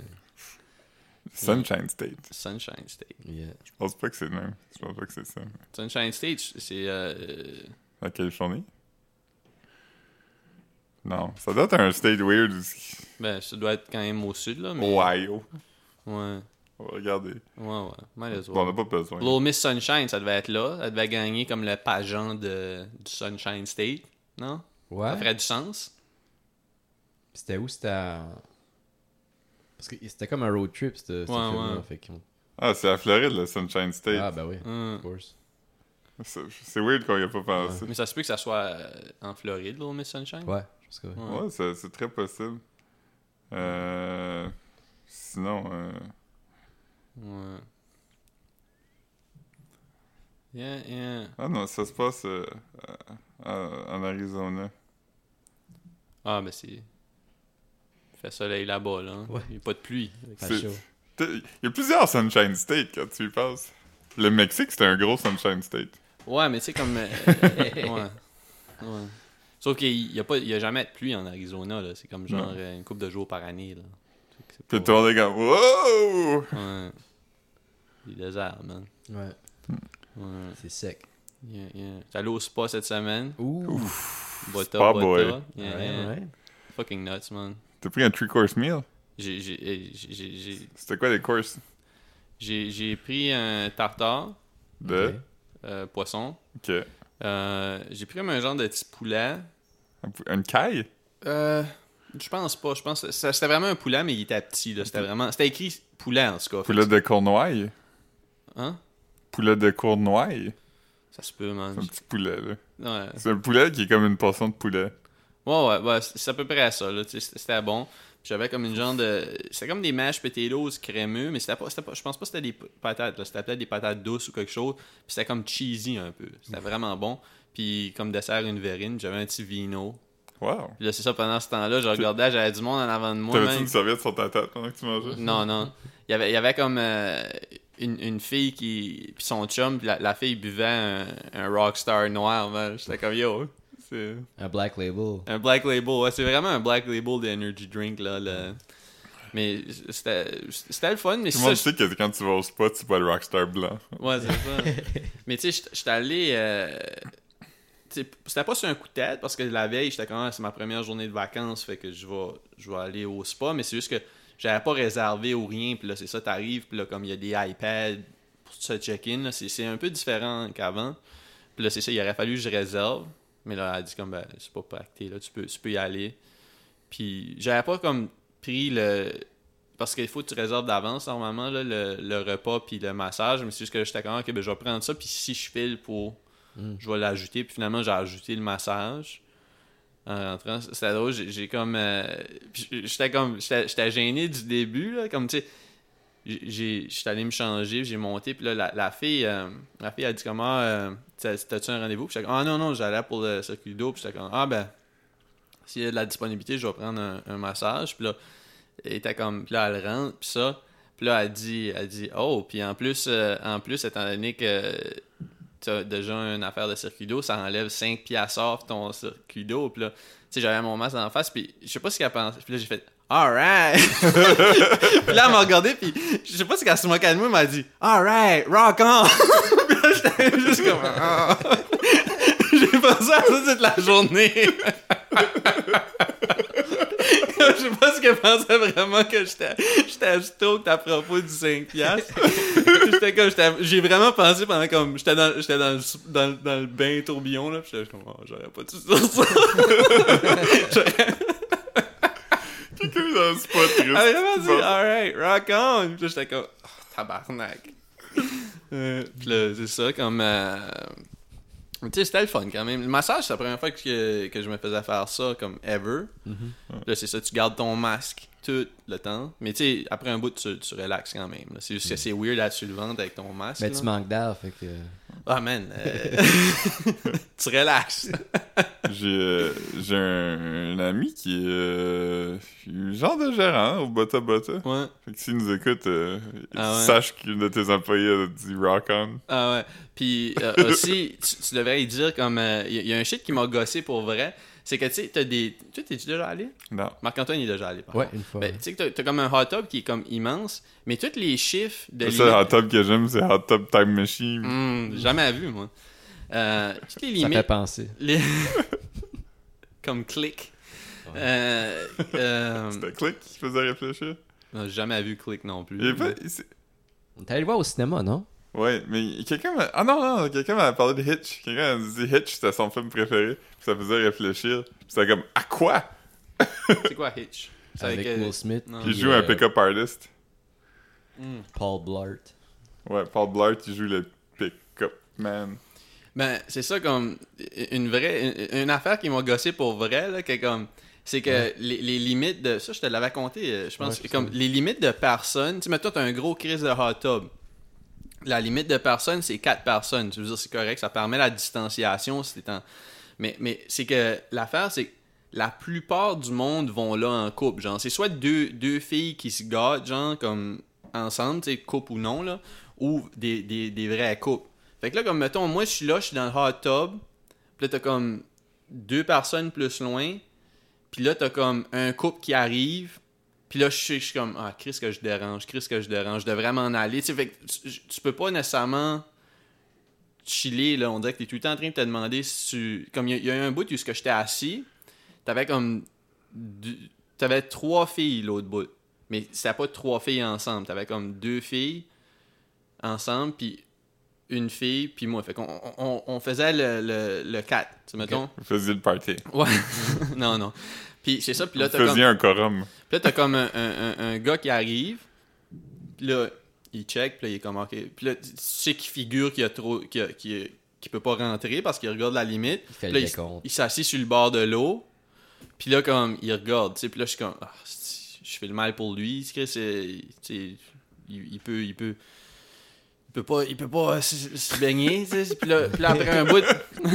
Sunshine State.
Sunshine State.
Yeah.
Je pense pas que c'est le même. Je pense pas que c'est ça.
Sunshine State, c'est. euh, euh,
La Californie? Non, ça doit être un state weird aussi.
ben, ça doit être quand même au sud, là. Mais...
Ohio.
Ouais.
On va regarder.
Ouais, ouais. Might as well.
Bon, on n'a pas besoin.
Little Miss Sunshine, ça devait être là. Elle devait gagner comme le pageant de, du Sunshine State, non? Ça
Ouais.
ferait du sens.
C'était où C'était à. Parce que c'était comme un road trip, ce ouais,
Ouais,
film-là.
ouais.
Fait qu'on-
Ah, c'est la Floride, le Sunshine State.
Ah bah oui,
Hum.
of course.
C'est c'est weird qu'on y a pas pensé.
Mais ça se peut que ça soit euh, en Floride, Little Miss Sunshine.
Ouais, je pense que oui.
Ouais, c'est c'est très possible. Euh... Sinon, euh...
Ouais. Yeah, yeah.
ah non, ça se passe euh, euh, en- en Arizona.
Ah, ben c'est. Fait soleil là-bas, là. hein.
Ouais.
Il n'y a pas de pluie.
Pas
C'est-
chaud.
T'as- Il y a plusieurs Sunshine States quand tu y passes. Le Mexique, c'était un gros Sunshine State.
Ouais, mais tu sais, comme. euh, ouais. Ouais. Sauf qu'il n'y a, pas- il y a jamais de pluie en Arizona, là. C'est comme genre
Non.
euh, une coupe de jours par année, là. Fait que c'est
Puis tout
pas-
le monde est comme Wow!
Ouais. Les déserts, man.
Ouais,
Ouais.
c'est sec.
Yeah, yeah. T'es allé au spa cette semaine.
Ouh.
Bota,
Spa
bota.
boy.
Yeah,
Ouais,
yeah.
ouais.
Fucking nuts, man.
T'as pris un three course meal?
J'ai- j'ai- eh, j'ai- j'ai- j'ai-
C'était quoi les courses
J'ai j'ai pris un tartare,
de.
Ok.
euh, poisson.
Ok.
Euh, j'ai pris comme un genre de petit poulet.
Un pou- Une caille?
Euh, je pense pas. Je pense que ça- c'était vraiment un poulet, mais il était petit. là. C'était vraiment. C'était écrit poulet en tout cas.
Poulet de Cournoye?
Hein?
Poulet de Cournoye?
Ça se peut,
C'est
man.
un petit poulet, là.
Ouais.
C'est un poulet qui est comme une portion de poulet.
Ouais, ouais, ouais, c'est c'est à peu près à ça, là, tu sais, c'était c'était bon. Puis J'avais comme une genre de... C'était comme des mashed potatoes crémeux, mais c'était pas, c'était pas... Je pense pas que c'était des p- patates, là. C'était peut-être des patates douces ou quelque chose. Puis c'était comme cheesy un peu. C'était vraiment bon. Puis comme dessert, une verrine, puis j'avais un petit vino.
Wow!
Puis là, c'est ça, pendant ce temps-là, je regardais, j'avais du monde en avant de moi. Mm.
T'avais-tu
man.
une serviette sur ta tête pendant que tu mangeais?
Non, non. Il y avait, il y avait comme euh, une, une fille qui. Puis son chum, puis la, la fille buvait un, un rockstar noir, man. J'étais comme yo. C'est
Un black label.
un black label. Ouais, c'est vraiment un black label d'energy drink, là. le- Mais c'était c'était le fun, mais
Tout
c'est
le monde
ça,
sait que quand tu vas au spot, tu bois le rockstar blanc.
Ouais, c'est ça. Mais tu sais, j'étais- j'étais allé. euh, tu sais, C'était pas sur un coup de tête parce que la veille, j'étais quand même. C'est ma première journée de vacances, fait que je vais, je vais aller au spa, mais c'est juste que j'avais pas réservé ou rien. Puis là, c'est ça, t'arrives, puis là, comme il y a des iPads pour se check-in, là, c'est c'est un peu différent qu'avant. Puis là, c'est ça, il aurait fallu que je réserve. Mais là, elle a dit comme, ben, c'est pas pacté, là, tu peux, tu peux y aller. Puis j'avais pas comme pris le. Parce qu'il faut que tu réserves d'avance normalement là, le, le repas puis le massage. Mais c'est juste que j'étais comme, ok, ben, je vais prendre ça. Puis si je file pour.
Mm.
Je vais l'ajouter. Puis finalement, j'ai ajouté le massage. euh, En rentrant, c'était drôle, j'ai j'ai comme. euh, puis j'étais comme. J'étais j'étais gêné du début, là. Comme tu sais. j'ai- j'ai- J'étais allé me changer, puis j'ai monté. Puis là, la, la fille. euh, la fille a dit comment. Euh, T'as- T'as-tu un rendez-vous? Puis j'étais comme. Ah non, non, j'allais pour le circuit d'eau. Puis j'étais comme. Ah ben. S'il y a de la disponibilité, je vais prendre un, un massage. Puis là, elle était comme. Puis là, elle rentre, puis ça. Puis là, elle dit, elle dit Oh, puis en plus, euh, en plus étant donné que tu as déjà une affaire de circuit d'eau, ça enlève 5 piastres off ton circuit d'eau. Puis là, tu sais, j'avais mon masque en face, puis je sais pas ce qu'elle pense. Puis là, j'ai fait Alright! puis là, elle m'a regardé, puis je sais pas ce qu'elle se moquait de moi, elle m'a dit Alright, rock on! puis là, j'étais juste comme Ah. J'ai pensé à ça toute la journée. je sais pas ce qu'elle pensait vraiment que j'étais j'étais stoked à propos du 5 piastres. j'étais comme j'étais- j'ai vraiment pensé pendant comme j'étais dans j'étais dans le, sou- dans, le- dans le bain tourbillon là, puis j'étais comme oh, j'aurais pas dû dire ça.
Quelqu'un dans le spot, Chris.
Elle a vraiment dit
Bon.
alright, rock on. Puis là, j'étais comme oh, tabarnak. Euh, puis là, c'est ça comme euh, Tu sais, c'était le fun quand même. Le massage, c'est la première fois que, que je me faisais faire ça, comme ever.
Mm-hmm.
Là, c'est ça, tu gardes ton masque tout le temps. Mais tu sais, après un bout, tu, tu relaxes quand même. là. C'est juste que c'est weird là-dessus le ventre avec ton masque.
Mm. Mais
là.
tu manques d'air, fait que.
Ah, man. euh, tu relaxes.
J'ai euh, j'ai un, un ami qui est euh, un genre de gérant au Bota Bota.
Ouais.
Fait que s'il nous écoute, euh,
Ah ouais.
sache qu'une de tes employés a dit rock on.
Ah ouais. Puis euh, aussi, tu, tu devrais y dire comme. Il y, a un shit qui m'a gossé pour vrai. C'est que tu sais, t'as des. Tu t'es déjà allé
Non.
Marc-Antoine est déjà allé, par
Ouais,
contre.
une fois.
Ben, tu sais que t'as- t'as comme un hot tub qui est comme immense, mais tous les chiffres de
Le
l'im-
seul hot tub que j'aime, c'est hot tub time machine.
Hmm, jamais vu, moi. Euh, toutes les
ça
limites.
fait penser.
les- comme click. Euh, euh,
C'était Click qui faisait réfléchir.
non, jamais vu click non plus.
Il est pas- il s'est-
T'es allé le voir au cinéma, non?
Ouais, mais quelqu'un m'a... Ah non, non, quelqu'un m'a parlé de Hitch. Quelqu'un a dit Hitch, c'était son film préféré. Puis ça faisait réfléchir. Puis c'était comme, à quoi?
C'est quoi Hitch? C'est
Avec,
euh,
Will Smith.
non.
Il
puis,
joue
euh,
un pick-up artist.
hmm.
Paul Blart.
Ouais, Paul Blart, il joue le pick-up man.
Ben, c'est ça comme une vraie une, une affaire qui m'a gossé pour vrai là que comme c'est que les, les limites de ça je te l'avais compté euh, je pense
Ouais, je
comme
sais.
les limites de personnes, tu sais mettons t'as un gros crise de hot tub. La limite de personnes c'est quatre personnes, tu veux dire c'est correct, ça permet la distanciation, c'est en Mais, mais c'est que l'affaire, c'est que la plupart du monde vont là en couple. Genre, c'est soit deux, deux filles qui se gâtent, genre, comme ensemble, tu sais, couple ou non, là, ou des, des, des vrais couples. Fait que là, comme mettons, moi, je suis là, je suis dans le hot tub, puis là, t'as comme deux personnes plus loin, puis là, t'as comme un couple qui arrive, puis là, je sais que je suis comme, ah, Chris que je dérange, Chris que je dérange, je devrais m'en aller. Tu sais, fait que tu, tu peux pas nécessairement chiller, là. On dirait que t'es tout le temps en train de te demander si tu. Comme il y, a- il y a eu un bout où ce que j'étais assis, t'avais comme. deux- T'avais trois filles l'autre bout. Mais c'était pas trois filles ensemble. T'avais comme deux filles ensemble, puis une fille, puis moi. Fait qu'on on- on, on faisait le, le, le 4, tu sais, mettons.
Vous faisiez le party.
Ouais. non, non. Puis c'est ça, puis là,
Vous
t'as comme.
faisiez un quorum.
Puis là, t'as comme un, un- un- un gars qui arrive, puis là, il check, puis là, il est comme, OK. Puis là, tu sais qu'il figure qu'il y a trop, qu'il y a- qu'il y a- qu'il peut pas rentrer parce qu'il regarde la limite.
Il fait
Puis
le
là,
décompte.
il s'assit sur le bord de l'eau, puis là, comme, il regarde, tu sais, puis là, je suis comme, Ah, c'est- je fais le mal pour lui, c'est que c'est, tu sais, il, il peut, il peut... Il peut pas, il peut pas se, se baigner, tu sais. Puis là, puis là, après un bout, puis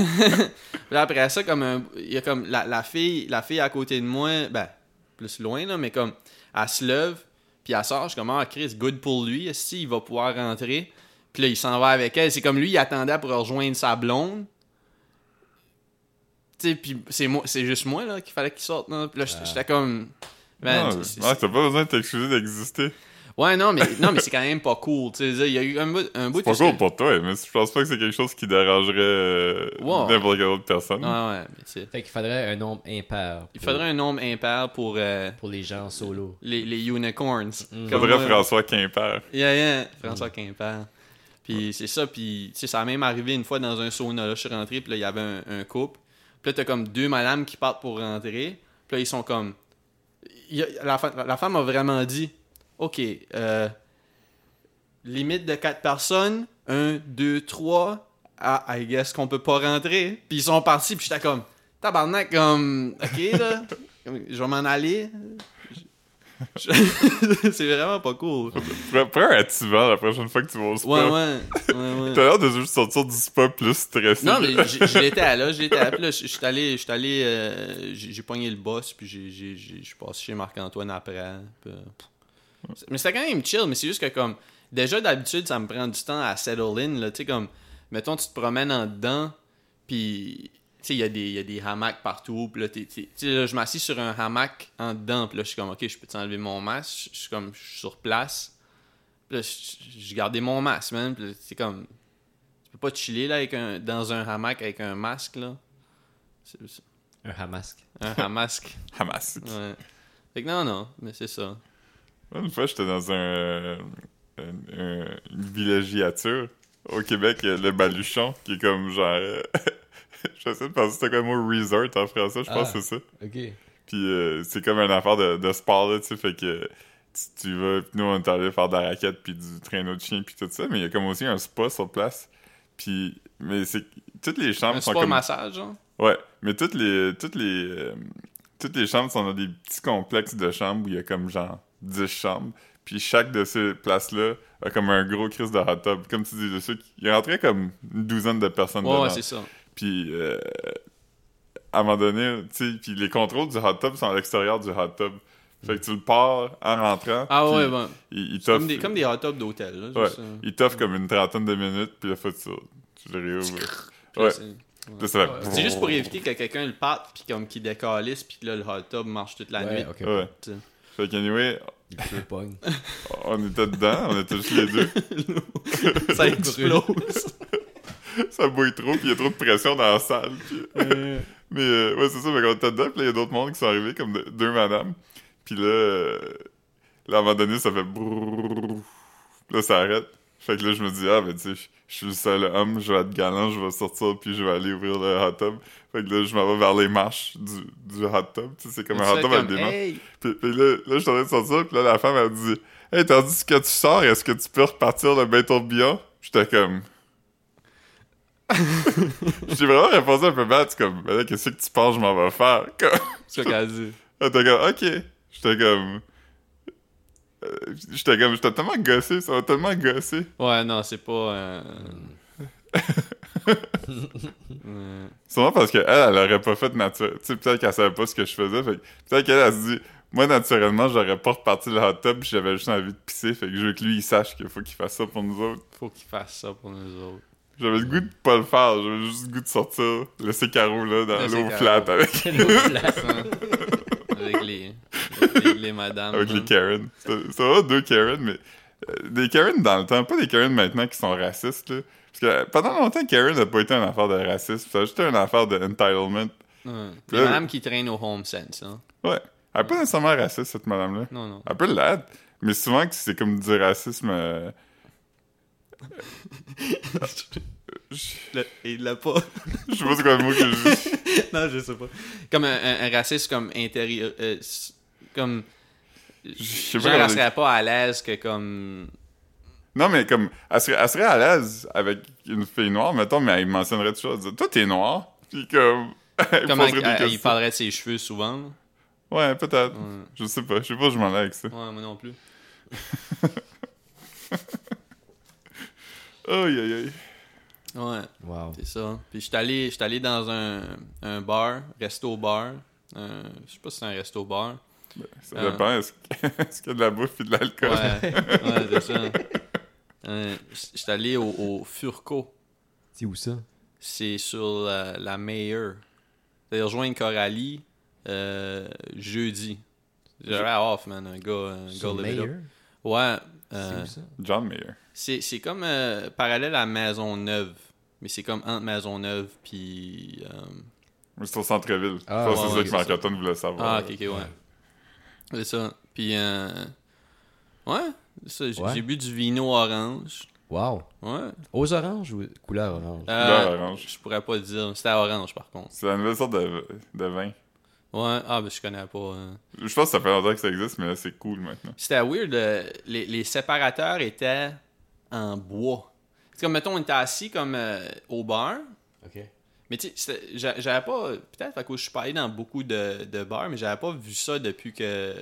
là, après ça, comme un- il y a comme la, la fille, la fille à côté de moi, ben, plus loin, là, mais comme, elle se lève, puis elle sort, je suis comme, ah, Chris, good pour lui, si il va pouvoir rentrer. Puis là, il s'en va avec elle. C'est comme lui, il attendait pour rejoindre sa blonde. Tu sais, puis c'est moi, c'est juste moi, là, qu'il fallait qu'il sorte, là. Puis là, j'étais j'étais comme, man,
non,
c'est-
Ah, ouais, t'as pas besoin de t'excuser d'exister.
ouais, non, mais, non, mais c'est quand même pas cool, tu sais. Il y a eu un bout, un bout
C'est pas
où est-ce que-
cool pour toi, mais je pense pas que c'est quelque chose qui dérangerait euh,
Wow.
n'importe quelle autre personne.
Ouais, ouais, mais tu sais,
Fait qu'il faudrait un nombre impair.
Il
pour-
faudrait un nombre impair pour euh,
Pour les gens solo.
les, les unicorns. Comme
Faudrait
moi.
François Quimper.
Yeah, yeah, François Quimper. Puis c'est ça, puis tu sais, ça a même arrivé une fois dans un sauna, là, je suis rentré, puis là, il y avait un, un couple. Puis là, t'as comme deux madames qui partent pour rentrer. Puis là, ils sont comme... il y a- la, fa- la femme a vraiment dit, OK, euh, limite de quatre personnes, un, deux, trois, ah, I guess qu'on peut pas rentrer. Puis ils sont partis, puis j'étais comme, tabarnak, comme, OK, là, comme, je vais m'en aller. Je- je- c'est vraiment pas cool.
Prends prends un attivant la prochaine fois que tu vas au
Ouais,
spa.
ouais. ouais, ouais.
T'as l'air de juste sortir du spa plus stressé.
Non, mais j- je l'étais là, je l'étais là. Puis là, je je suis allé, je suis allé, euh, j'ai j'ai pogné le boss, puis j'ai- j'ai- j'ai- je suis passé chez Marc-Antoine après. puis, euh, pff. C'est- Mais c'était quand même chill, mais c'est juste que comme, déjà d'habitude, ça me prend du temps à settle in, là, tu sais, comme, mettons, tu te promènes en dedans, puis, tu sais, il y, a des- il y a des hamacs partout, puis là, t'es- t'es- tu sais, là, je m'assis sur un hamac en dedans, puis là, je suis comme, ok, je peux t'enlever mon masque, je suis comme, je suis sur place. Puis là, je- je gardais mon masque, man. Puis là, c'est comme. Tu peux pas chiller là, avec un, dans un hamac avec un masque, là. C'est, c'est-
Un hamasque.
un hamasque.
Hamas.
Ouais. Fait que non, non, mais c'est ça.
Moi, Une fois, j'étais dans un, euh, un- un- une villégiature au Québec, euh, le Baluchon, qui est comme genre. euh, J'essaie de penser c'était quoi le mot resort en français, je pense
Ah.
que c'est ça.
Ok.
Puis euh, c'est comme une affaire de, de sport, là, tu sais, fait que tu, tu vas, pis nous on est allé faire de la raquette, puis du traîneau de chien, puis tout ça, mais il y a comme aussi un spa sur place. Puis, mais c'est. Toutes les chambres
Un
sont
sport
Ah, comme.
massage, genre.
Ouais, mais toutes les toutes les euh, toutes les chambres sont dans des petits complexes de chambres où il y a comme genre 10 chambres. Puis chaque de ces places-là a comme un gros crise de hot tub. Comme tu dis, de ceux qui- il rentrait comme une douzaine de personnes
Ouais,
dedans.
ouais, c'est ça.
Puis euh, à un moment donné, tu sais, puis les contrôles du hot tub sont à l'extérieur du hot tub. Fait que tu le pars en rentrant.
Ah
puis
ouais, bon.
il, il t'offre
Comme des, comme des hot tubs d'hôtel, là.
ouais,
juste, euh,
il t'offre comme une trentaine de minutes, puis la fois tu, tu le réouvres.
puis là,
ouais.
c'est,
Là, ça fait-
c'est juste
Oh.
pour éviter que quelqu'un le parte, puis comme qu'il décalisse, puis que là, le hot tub marche toute la
ouais,
nuit.
ok.
Ouais.
tu sais.
Fait qu'anyway,
Il te pogne.
On était dedans, on était juste les deux.
Ça explose.
Ça bouille trop, puis il y a trop de pression dans la salle. puis- Mais euh, ouais, c'est ça, mais quand on était dedans, puis là, il y a d'autres mondes qui sont arrivés, comme de- deux madames. Puis là, euh, là, à un moment donné, ça fait brrrr. Là, ça arrête. Fait que là, je me dis, ah, ben, tu sais, je- je suis le seul homme, je vais être galant, je vais sortir, puis je vais aller ouvrir le hot tub. Fait que là, je m'en vais vers les marches du, du hot tub. Tu sais, c'est comme un hot
Tu fais
tub avec des
comme,
marches.
Hey!
Puis, puis là, là, je suis en train de sortir, puis là, la femme, elle dit Hey, tandis que tu sors, est-ce que tu peux repartir le bain tourbillon J'étais comme. J'ai vraiment répondu un peu mal, tu comme, ben là, qu'est-ce que tu penses, je m'en vais faire Comme-
C'est ça qu'elle dit.
Elle était comme, ok. J'étais comme. Euh, J'étais comme, j'étais tellement gossé, ça m'a tellement gossé.
Mm.
Ouais, non, c'est pas. euh, Euh,
Sûrement parce qu'elle, elle aurait pas fait nature. Tu sais, peut-être qu'elle savait pas ce que je faisais. Fait que peut-être qu'elle, elle se dit, moi, naturellement, j'aurais pas reparti le hot tub pis j'avais juste envie de pisser. Fait que je veux que lui, il sache qu'il faut qu'il fasse ça pour nous autres.
faut qu'ils fassent ça pour nous autres.
J'avais le goût de pas le faire. J'avais juste le goût de sortir, laisser Caro là, dans
Laisser
l'eau
Caro.
flat avec,
L'eau plate.
Avec les, avec les, les madames.
avec
hein.
les Karen. C'était c'était vraiment deux Karen, mais euh, des Karen dans le temps, pas des Karen maintenant qui sont racistes, là. Parce que euh, pendant longtemps, Karen n'a pas été une affaire de racisme. Ça a juste été une affaire de entitlement.
Ouais.
Puis
Les
là,
madames qui traînent au home sense. Hein.
Ouais. Elle n'est pas nécessairement raciste, cette madame-là.
Non, non.
Un peu laide, mais souvent que c'est comme du racisme. euh, Je
Il l'a pas.
je sais pas c'est quoi le mot que je
non, je sais pas. Comme un, un- un raciste comme intérieur. euh, s- comme.
Je sais
Genre,
pas comment
elle serait pas à l'aise que comme.
Non, mais comme, elle serait, elle serait à l'aise avec une fille noire, mettons, mais elle mentionnerait tout ça. Elle dirait, toi, t'es noir. Puis comme, elle
Comment
poserait des
elle- il
questions.
parlerait de ses cheveux souvent. là.
Ouais, peut-être.
Ouais.
Je sais pas. Je sais pas où je m'en vais avec ça.
Ouais, moi non plus.
Aïe, aïe, aïe.
Ouais,
Wow.
c'est ça. Puis j'étais allé, j'étais allé dans un, un bar, resto-bar. Euh, je sais pas si c'est un resto-bar.
Ça
Ah.
dépend. Est-ce que- est-ce qu'il y a de la bouffe et de l'alcool?
Ouais, ouais c'est ça. Euh, j'étais allé au, au Furco.
C'est où ça?
C'est sur la, la meilleure. C'est-à-dire rejoindre Coralie euh, jeudi. J'aurais off, man. Un gars, un
Sur
gars live it up.
Mayer?
Ouais.
C'est
euh,
où ça?
John Mayer.
c'est c'est comme euh, parallèle à Maison Neuve. Mais c'est comme entre Maison Neuve puis. euh,
Mais c'est au centre-ville. Je
Ah,
pense que
ouais,
c'est ça
ouais,
que
c'est
marc
ça.
antoine voulait savoir.
Ah, ok, ok, ouais. C'est ça. Puis, euh... ouais, ça, j-
Ouais.
j'ai bu du vino orange.
Wow.
Ouais.
Aux oranges ou couleur orange?
Là,
Euh,
orange.
je pourrais pas le dire. C'était à orange, par contre.
C'est la nouvelle sorte de, de vin.
Ouais, ah, ben je connais pas. euh.
Je pense que ça fait longtemps que ça existe, mais là, c'est cool maintenant.
C'était weird. euh, les, les séparateurs étaient en bois. C'est comme, mettons, on était assis comme euh, au bar.
Ok.
Mais tu sais, c'était- j'a- j'avais pas. Peut-être à cause que je suis pas allé dans beaucoup de, de bars, mais j'avais pas vu ça depuis que.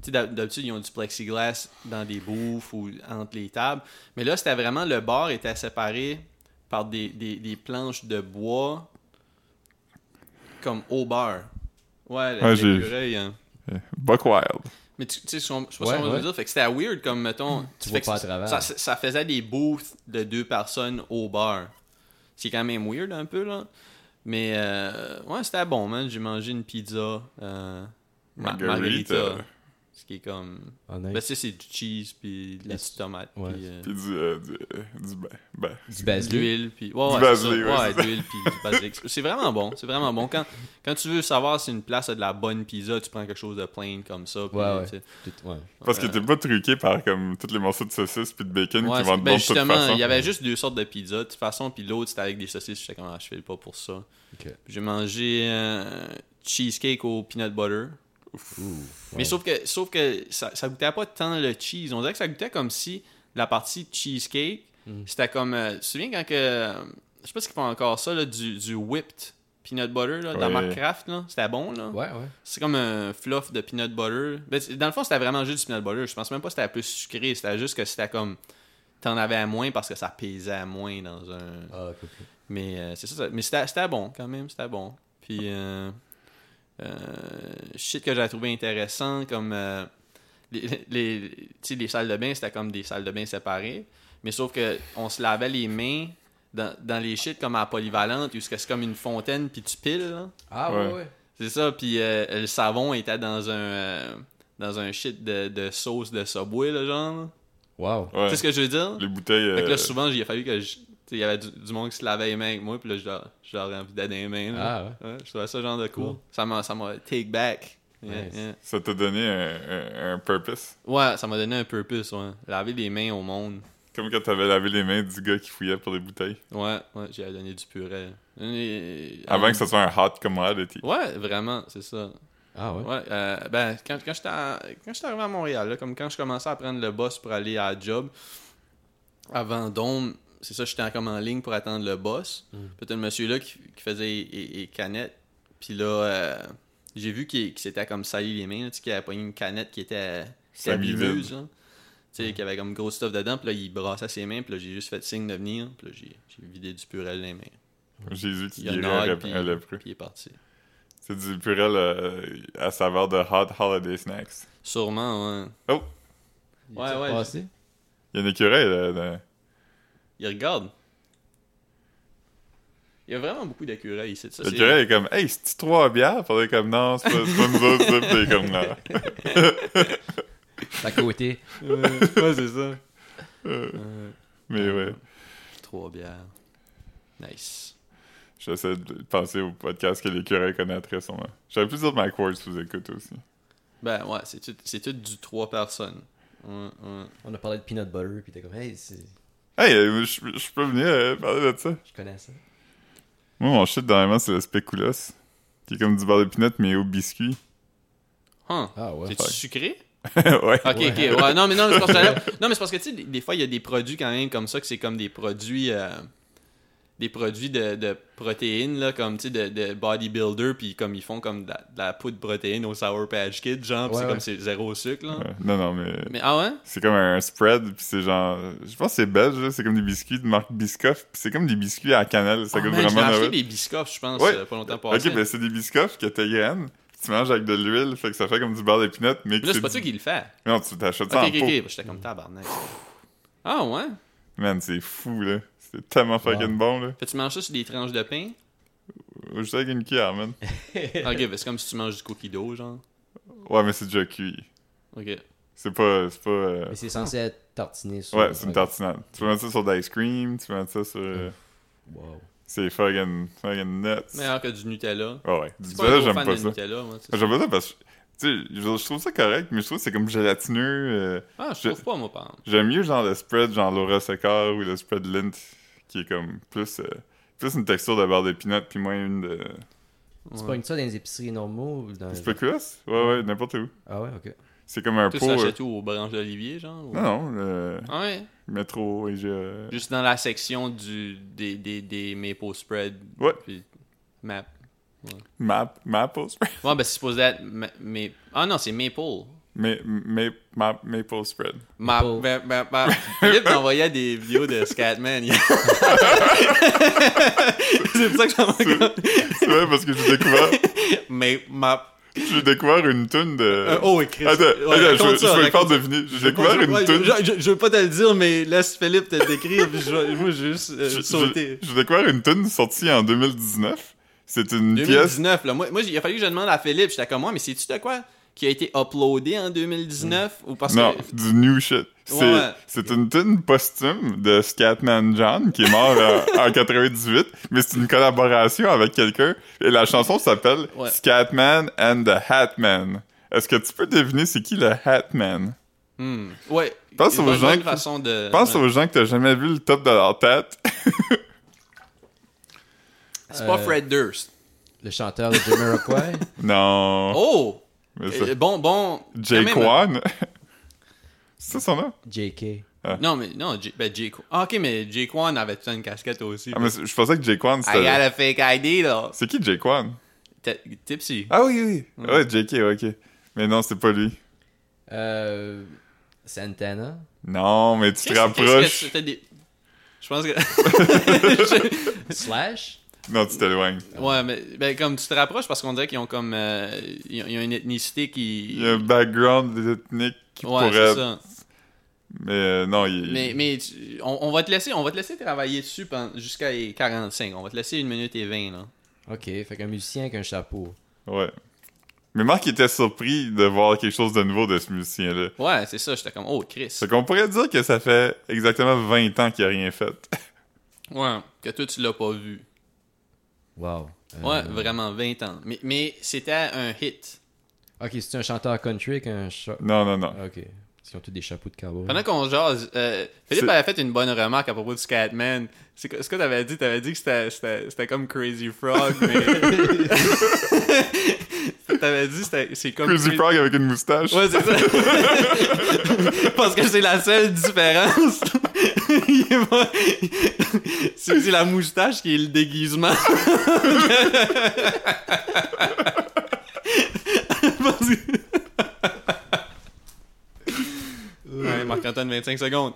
Tu sais, d'hab- d'habitude, ils ont du plexiglas dans des bouffes ou entre les tables. Mais là, c'était vraiment. Le bar était séparé par des, des- des planches de bois comme au bar. Ouais,
Ouais,
avec
j'ai-
l'écureuil, hein.
Buck Wild.
Mais tu tu sais, je sais pas ce qu'on
Ouais,
veut
ouais.
dire. Fait que c'était weird comme, mettons.
Tu vois
fait que
pas à
ça-
travers.
Ça, ça faisait des booths de deux personnes au bar. C'est quand même weird un peu, là. Mais euh, ouais, c'était bon, man. J'ai mangé une pizza. Euh, ma-
Margarita.
margarita. Ce qui est comme.
Oh,
Ben,
nice.
tu sais, c'est du cheese, puis de la
La-
petite tomate,
ouais.
puis. euh,
Puis du, euh, du, euh, du ben, ben.
Du
de
basilic.
l'huile, puis. Ouais,
Du
ouais,
basilic,
c'est
ouais,
ça.
c'est
ouais, de l'huile, puis du basilic. C'est vraiment bon, c'est vraiment bon. Quand, quand tu veux savoir si une place a de la bonne pizza, tu prends quelque chose de plain comme ça. puis,
Ouais, ouais.
tu sais.
Tout- ouais.
Parce que
Euh,
t'es pas truqué par comme tous les morceaux de saucisse puis de bacon
Ouais,
qui
c'est-
vendent bon
ben
de toute
justement,
façon.
il y avait juste deux sortes de pizza, de toute façon, puis l'autre c'était avec des saucisses, j'étais comme ah, je file pas pour ça.
Ok.
Puis J'ai mangé euh, cheesecake au peanut butter.
Ouh. Wow.
Mais sauf que sauf que ça, ça goûtait pas tant le cheese, on dirait que ça goûtait comme si la partie cheesecake,
Hmm.
Mm.
c'était comme euh, tu te souviens quand que euh, je sais pas ce qu'ils font encore ça là, du, du whipped peanut butter là, de la
Ouais.
marque Kraft là, c'était bon là.
Ouais, ouais.
C'est comme un fluff de peanut butter. Ben, c'est- dans le fond, c'était vraiment juste du peanut butter. Je pense même pas que c'était plus sucré. C'était juste que c'était comme. T'en avais à moins parce que ça pesait à moins dans un.
Ah, ok, ok.
Mais euh, c'est ça, ça- Mais c'était c'était bon quand même. C'était bon. Puis. Euh, euh, shit que j'ai trouvé intéressant. Comme. euh, les, les, tu sais, les salles de bain, c'était comme des salles de bain séparées. Mais sauf que on se lavait les mains dans, dans les shit comme à la polyvalente, où c'est c'est comme une fontaine, puis tu piles. là.
Ah,
Ouais.
ouais, ouais.
C'est ça, puis euh, le savon était dans un euh, dans un shit de, de sauce de Subway, là, genre.
Wow.
Ouais.
Tu sais ce que je veux dire?
Les bouteilles.
Fait que
euh,
là, souvent, il a fallu que je... tu sais, Il y avait du, du monde qui se lavait les mains avec moi, puis là, je leur, je leur ai envie d'aller les mains. là.
Ah, ouais.
Ouais, je trouvais ça genre de cool.
Cool.
Ça m'a ça m'a take back. Yeah,
Nice.
yeah.
Ça t'a donné un, un- un purpose.
Ouais, ça m'a donné un purpose, ouais. Laver les mains au monde.
Comme quand t'avais lavé les mains du gars qui fouillait pour les bouteilles.
Ouais, ouais, j'ai donné du purée. Donné- euh,
Avant que ça soit un hot commodity.
Ouais, vraiment, c'est ça.
Ah, ouais.
Ouais, euh, ben, quand, quand j'étais à- quand j'étais arrivé à Montréal, là, comme quand je commençais à prendre le bus pour aller à la job, à Vendôme, c'est ça, j'étais comme en ligne pour attendre le bus.
Mm.
Puis t'as le monsieur-là qui, qui faisait les- les les canettes. Puis là, euh, j'ai vu qu'il qu'il s'était comme sali les mains, là, tu sais, qu'il avait pogné une canette qui était, qui était
Semi-vide.
abîmeuse, là. Tu
Mm.
sais, qui avait comme gros stuff dedans, puis là, il brassait ses mains, puis là, j'ai juste fait signe de venir, puis là, j'ai j'ai vidé du purel les mains.
Jésus qui
Il y a
guérit
Nog,
un lép-
puis-
un lépreux.
Puis il est parti.
C'est du purel euh, à saveur de Hot Holiday Snacks.
Sûrement, ouais.
Oh!
Ouais, ouais.
Passé?
Il y a une écureuil, là. de-
Il regarde. Il y a vraiment beaucoup d'écureuils ici. Ça, c'est-
L'écureuil est comme, hey, c'est-tu trois bières? Faudrait comme, non, c'est pas, c'est pas nous autres, ça. Puis t'es comme, non.
C'est à côté.
ouais, ouais, c'est ça. Euh,
Mais ouais,
trois bières. Nice.
j'essaie de penser au podcast que l'écureuil connaîtrait son nom. J'aurais pu dire McWords si vous écoutez aussi.
Ben ouais, c'est tout, c'est tout du trois personnes. Ouais, ouais.
On a parlé de peanut butter, puis t'es comme, hey, c'est-
Hey, euh, je je peux venir euh, parler de ça.
je connais ça.
Moi, mon shit, dernièrement, c'est le spéculoos. Qui est comme du beurre de pinot, mais au biscuit.
Huh.
Ah ouais.
Hein? C'est-tu sucré?
ouais.
Ok,
Ouais.
ok. Ouais, non, mais non, c'est parce que, j'allais- non, mais c'est parce que tu sais, des, des fois, il y a des produits quand même comme ça que c'est comme des produits. euh, des produits de, de protéines, là, comme, tu sais, de, de bodybuilder, puis comme ils font comme de la, de la poudre de protéines au Sour Patch Kid, genre, puis
Ouais,
c'est
ouais.
comme c'est zéro sucre, là.
Ouais. Non, non, mais.
Mais ah ouais?
C'est comme un spread, puis c'est genre. Je pense que c'est belge, là, c'est comme des biscuits de marque Biscoff, puis c'est comme des biscuits à cannelle, ça
Ah,
goûte
man, je l'ai
vraiment
acheté
Noël.
des biscoffs, je pense,
Ouais.
euh, pas longtemps passé.
Ok, ben c'est des biscoffs que t'égrenes, puis tu manges avec de l'huile, fait que ça fait comme du beurre de pinot, mais que
Mais là, c'est
c'est
pas
du-
toi qui le fait.
Non, tu t'achètes
Ok,
ça en
ok,
pot.
ok. J'étais comme tabarnak. Ah ouais?
Man, c'est fou, là. C'est tellement fucking bon, là.
Fait que tu manges ça sur des tranches de pain?
Je sais avec une cuillère, man.
Ok, ben c'est comme si tu manges du cookie dough, genre.
Ouais, mais c'est déjà cuit.
Ok.
C'est pas. C'est pas euh,
Mais c'est censé être tartiné sur.
Ouais, c'est une tartinade. Tu peux mettre ça sur de l'ice cream, tu peux mettre ça sur. euh,
Wow.
C'est fucking, fucking nuts.
Meilleur que du Nutella.
Ah ouais. Du
euh, C'est pas un
Nutella,
gros
j'aime
fan
pas
de
ça.
Nutella, moi. tu sais.
J'aime pas ça parce que. Tu sais, je, je trouve ça correct, mais je trouve que c'est comme gélatineux. euh,
Ah, je
Je-
trouve pas, moi, par exemple.
J'aime mieux genre le spread, genre Laura Secar ou le spread Lint, qui est comme plus, euh, plus une texture de barre de peanut, puis moins une de.
Tu
Ouais.
pognes ça dans les épiceries normaux ou dans.
C'est Spéculus? Ouais, ouais, n'importe où.
Ah ouais, ok.
C'est comme un
Tu
pot. euh,
s'achètes tout aux branches d'olivier, genre? ou-
Non, non, euh,
Ah ouais?
métro et je.
Juste dans la section du, des, des, des maple spread.
Ouais.
Puis map.
Map, maple spread.
Ouais, ben c'est supposé être. ma- mais... Ah non, c'est maple.
Ma, ma- ma- maple spread.
Ma,
Maple.
ma, ma, ma- Philippe m'envoyait des vidéos de Scatman. Il- c'est pour ça que j'en
C'est c'est vrai parce que j'ai découvert,
Mais ma.
j'ai découvert une tonne de.
Euh, oh, écrit.
Attends, attends, je, je vais le faire deviner. J'ai découvert une toune.
je, je- je veux pas te le dire, mais laisse Philippe te décrire. puis je vais- moi, je vais juste euh,
Je-
sauter.
je- J'ai découvert une tune sortie en 2019. C'est une pièce.
2019, là. Moi, moi, il a fallu que je demande à Philippe. J'étais comme moi, mais c'est-tu de quoi Qui a été uploadé en 2019 Ou parce
Non,
que.
du new shit. C'est
Ouais.
c'est une tune posthume de Scatman John qui est mort euh, en, en 98, mais c'est une collaboration avec quelqu'un et la chanson s'appelle
Ouais.
Scatman and the Hatman. Est-ce que tu peux deviner c'est qui le Hatman?
Hmm. Ouais.
Pense
une
aux
bonne-
gens
bonne
qui-
façon de. euh,
Pense
ouais.
aux gens que t'as jamais vu le top de leur tête.
C'est pas
Euh,
Fred Durst.
Le chanteur de Jamiroquai.
non.
Oh
mais ça-
Euh, Bon, bon. quand
Jay
même,
Kwan. c'est ça son nom?
JK.
Non, mais non, J- ben, Jay Kwan. Ah, ok, mais Jay Kwan avait tout une casquette aussi.
Ah, mais c'est- je pensais que Jay Kwan
I got
c'était.
a fake ID, là.
C'est qui Jay Kwan?
T- Tipsy.
Ah oui, oui. Ouais, JK, ouais, ok. Mais non, c'est pas lui.
Euh. Santana.
Non, mais tu te
Qu'est-ce- qu'est-ce que
rapproches.
tu- t'as des- Je pense que. Je-
Slash.
Non, tu t'éloignes.
Ouais, mais ben, comme tu te rapproches parce qu'on dirait qu'ils ont comme. euh, ils, ont, ils ont une ethnicité qui.
Il y a un background ethnique qui
ouais,
pourrait.
c'est ça.
Mais euh, non, il.
Mais, mais tu- on, on va te laisser, on va te laisser travailler dessus pen- jusqu'à les 45. On va te laisser une minute et 20, là.
Ok, fait qu'un musicien avec un chapeau.
Ouais. Mais Marc était surpris de voir quelque chose de nouveau de ce musicien-là.
Ouais, c'est ça. J'étais comme, oh, Chris.
Fait qu'on pourrait dire que ça fait exactement 20 ans qu'il a rien fait.
Ouais, que toi, tu l'as pas vu.
Wow. Euh,
Ouais, vraiment, 20 ans. Mais, mais c'était un hit.
Ok, c'est un chanteur country avec un cha-
Non, non, non.
Ah, Ok. Ils ont tous des chapeaux de cowboy.
Pendant qu'on jase, euh, Philippe
C'est-
avait fait une bonne remarque à propos du Scatman. C'est que- ce que t'avais dit, t'avais dit que c'était- c'était c'était comme Crazy Frog, mais... t'avais dit c'était- c'est comme...
Crazy Frog avec une moustache.
Euh, Ouais, c'est ça. Parce que c'est la seule différence. Il est pas- c'est c'est la moustache qui est le déguisement. Parce que- Ouais, Marc-André 50 ans de 25 secondes.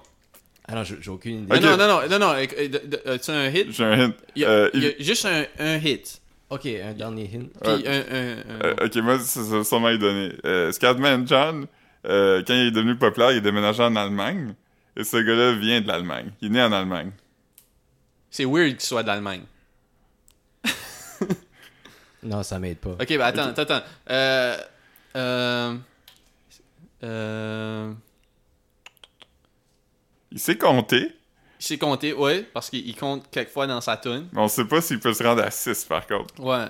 Ah non, j'ai j'ai aucune idée.
Ok.
Non, non, non, non, non. euh, euh, de- de- euh, Tu as un hit?
J'ai un hint.
Il y a,
Euh,
il y a
il-
juste un, un hit.
Ok, un dernier hint.
Puis
Ouais.
un... un, un-
euh, ok, moi, ça ça va sûrement lui donner. Euh, Scatman John, euh, quand il est devenu populaire, il est déménagé en Allemagne. Et ce gars-là vient de l'Allemagne. Il est né en Allemagne.
C'est weird qu'il soit de l'Allemagne.
Non, ça m'aide pas.
Ok, bah attends, attends, attends. Euh. Euh. Euh.
Il sait compter,
Il sait compter, ouais, parce qu'il il compte quelquefois dans sa tune.
mais on sait pas s'il peut se rendre à 6, par contre.
Ouais.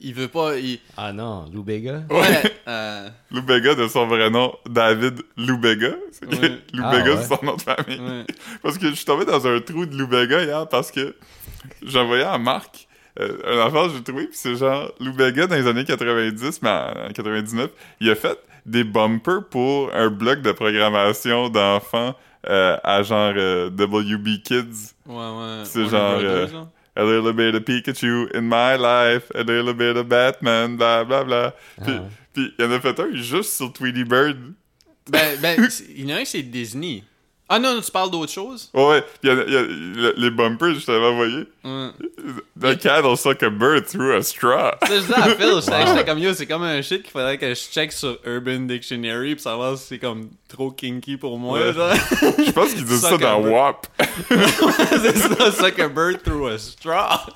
Il veut pas. Il...
Ah non, Lou Bega?
Ouais. euh,
Lubega, de son vrai nom, David Lubega. C'est-
Ouais.
Lubega,
Ah, ouais.
c'est son nom de famille.
ouais.
Parce que je suis tombé dans un trou de Lubega hier parce que j'envoyais à Marc euh, un enfant que j'ai trouvé, puis c'est genre Lubega dans les années 90, mais en en 99, il a fait des bumpers pour un bloc de programmation d'enfants euh, à genre euh, WB Kids.
Ouais, ouais.
C'est
Warner
genre,
Brothers,
euh,
genre.
A little bit of Pikachu in my life, a little bit of Batman, bla bla bla. Puis,
Ah.
puis il y en a fait un juste sur Tweety Bird.
Ben, ben, c'est- il y en a un, c'est Disney. Ah non, tu parles d'autre chose?
Ouais, puis il y en a- il y a- le- les bumpers, je t'avais envoyé.
Ouais.
The cat will suck a bird through a straw.
Ça, je disais à Phil, j'étais j'étais comme yo, c'est comme un shit qu'il faudrait que je check sur Urban Dictionary pour savoir si c'est comme trop kinky pour moi.
Ouais.
genre.
Je pense qu'ils disent ça
Suck a
dans
bird.
WAP.
c'est ça, suck a bird through a straw.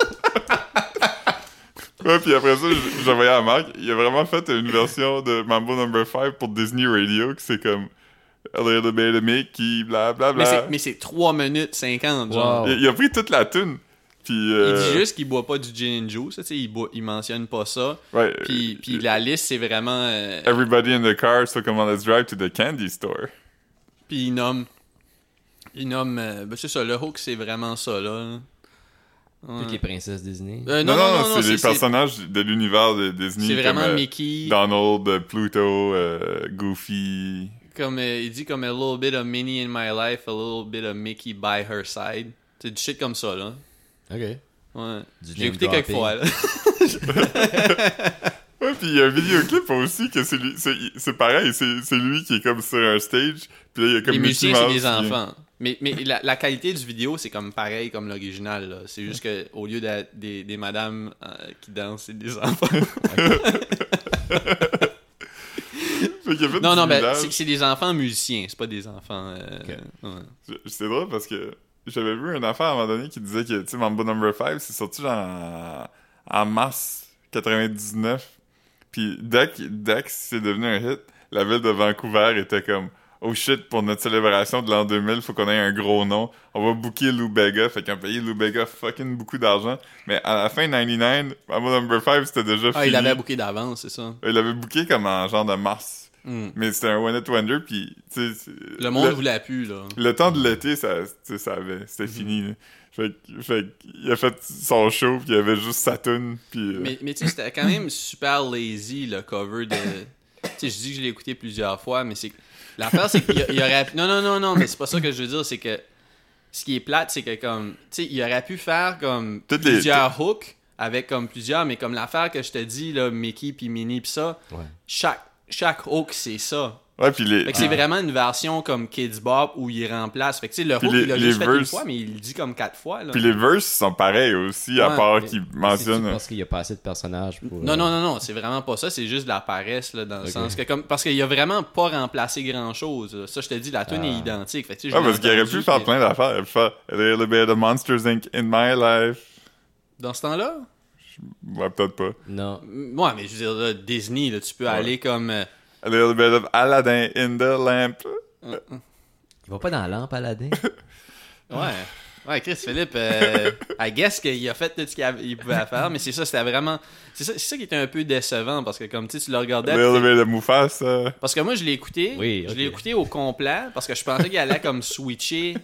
Ouais, puis après ça, je- j'envoyais à Marc. Il a vraiment fait une version de Mambo Number 5 pour Disney Radio, que c'est comme A little bit of Mickey, bla bla
Mais
bla.
c'est- mais c'est 3 minutes 50, genre.
Wow.
Il, il a pris toute la tune. Puis.
Il
euh,
dit juste qu'il boit pas du gin and juice, tu sais, il, boit- il mentionne pas ça.
ouais,
Puis,
euh,
puis la liste, c'est vraiment. euh,
Everybody in the car, so come on, let's drive to the candy store.
Puis il nomme. Il nomme. euh, ben c'est ça, le hook, c'est vraiment ça, là. Ouais.
Toutes les princesses Disney.
Euh,
Non, non, non, c'est les
c'est c'est-
personnages de l'univers de Disney.
c'est vraiment
comme, euh,
Mickey.
Donald, euh, Pluto, euh, Goofy.
Comme, euh, il dit comme a little bit of Minnie in my life, a little bit of Mickey by her side. C'est du shit comme ça, là.
Ok.
Ouais.
Du
J'ai écouté
name
quelques fois, là.
Ouais, puis il y a un vidéoclip aussi que c'est lui, c'est, c'est pareil, c'est, c'est lui qui est comme sur un stage, puis là il y a comme
les
Mickey
musiciens, c'est
Mouse
des
qui vient.
enfants. Mais, mais la, la qualité du vidéo, c'est comme pareil comme l'original, là. C'est juste que au lieu de, des, des madames euh, qui dansent, c'est des enfants.
Fait qu'il a fait
non,
du
non, ben,
village.
c'est c'est des enfants musiciens, c'est pas des enfants. euh, ouais.
Je- C'est drôle parce que j'avais vu un affaire à un moment donné qui disait que, tu sais, Mambo Number 5, c'est sorti genre en, en mars 99. Puis dès que, dès que c'est devenu un hit, la ville de Vancouver était comme Oh shit, pour notre célébration de l'an 2000, faut qu'on ait un gros nom. On va booker Lou Bega. Fait qu'on payait Lou Bega fucking beaucoup d'argent. Mais à la fin 99, Mambo Number 5, c'était déjà
Ah,
fini.
il avait bouqué d'avance, c'est ça.
Il l'avait booké comme en genre de mars.
Mm.
Mais c'était un One Hit Wonder. Puis, tu sais.
Le monde voulait plus, là.
Le temps de l'été, ça, tu sais, ça avait,
Mhm.
c'était fini. là. Fait, que- fait que il a fait son show, puis il y avait juste sa tune, puis euh,
Mais, mais tu sais, c'était quand même super lazy, le cover de... Tu sais, je dis que je l'ai écouté plusieurs fois, mais c'est... que- L'affaire, c'est qu'il y a- il aurait... Non, non, non, non, mais c'est pas ça que je veux dire, c'est que... Ce qui est plate, c'est que comme... Tu sais, il aurait pu faire comme
Toutes les-
plusieurs hooks, avec comme plusieurs, mais comme l'affaire que je te dis, là, Mickey puis Minnie puis ça,
Ouais.
chaque, chaque hook, c'est ça.
ouais, puis les,
Fait que c'est vraiment une version comme Kids Bob où il remplace. Fait que tu sais, le
Puis
hook,
les-
il l'a
les
juste fait une
verses-
fois, mais il le dit comme quatre fois, là.
puis les verses sont pareils aussi, à
Ouais,
part
mais-
qu'ils
C'est-tu
mentionnent.
Parce qu'il y a pas assez de personnages pour. euh,
Non, non, non, non, c'est vraiment pas ça, c'est juste de la paresse, là, dans le
Ok.
sens que, comme, parce qu'il a vraiment pas remplacé grand chose. là. Ça, je te dis, la tune
Ah.
est identique. Fait, que, tu sais, je
Ouais,
l'ai
parce qu'il aurait
entendu,
pu faire
mais-
plein d'affaires. Il aurait pu faire A little bit of Monsters Inc. in my life.
Dans ce temps-là?
Ouais, peut-être pas.
Non.
Mm, Ouais, mais je veux dire, là, Disney, là, tu peux aller comme. euh,
A little bit of Aladdin in the lamp.
Il va pas dans Lampe Aladdin. Ah.
Ouais. Ouais, Chris Philippe, euh, I guess qu'il a fait tout ce qu'il avait- il pouvait faire, mais c'est ça, c'était vraiment. C'est ça, c'est ça qui était un peu décevant, parce que, comme, tu sais, tu le regardais.
A
puis
little
t'es-
bit of Mufasa.
Parce que moi, je l'ai écouté.
Oui,
Je
ok.
l'ai écouté au complet, parce que je pensais qu'il allait comme switcher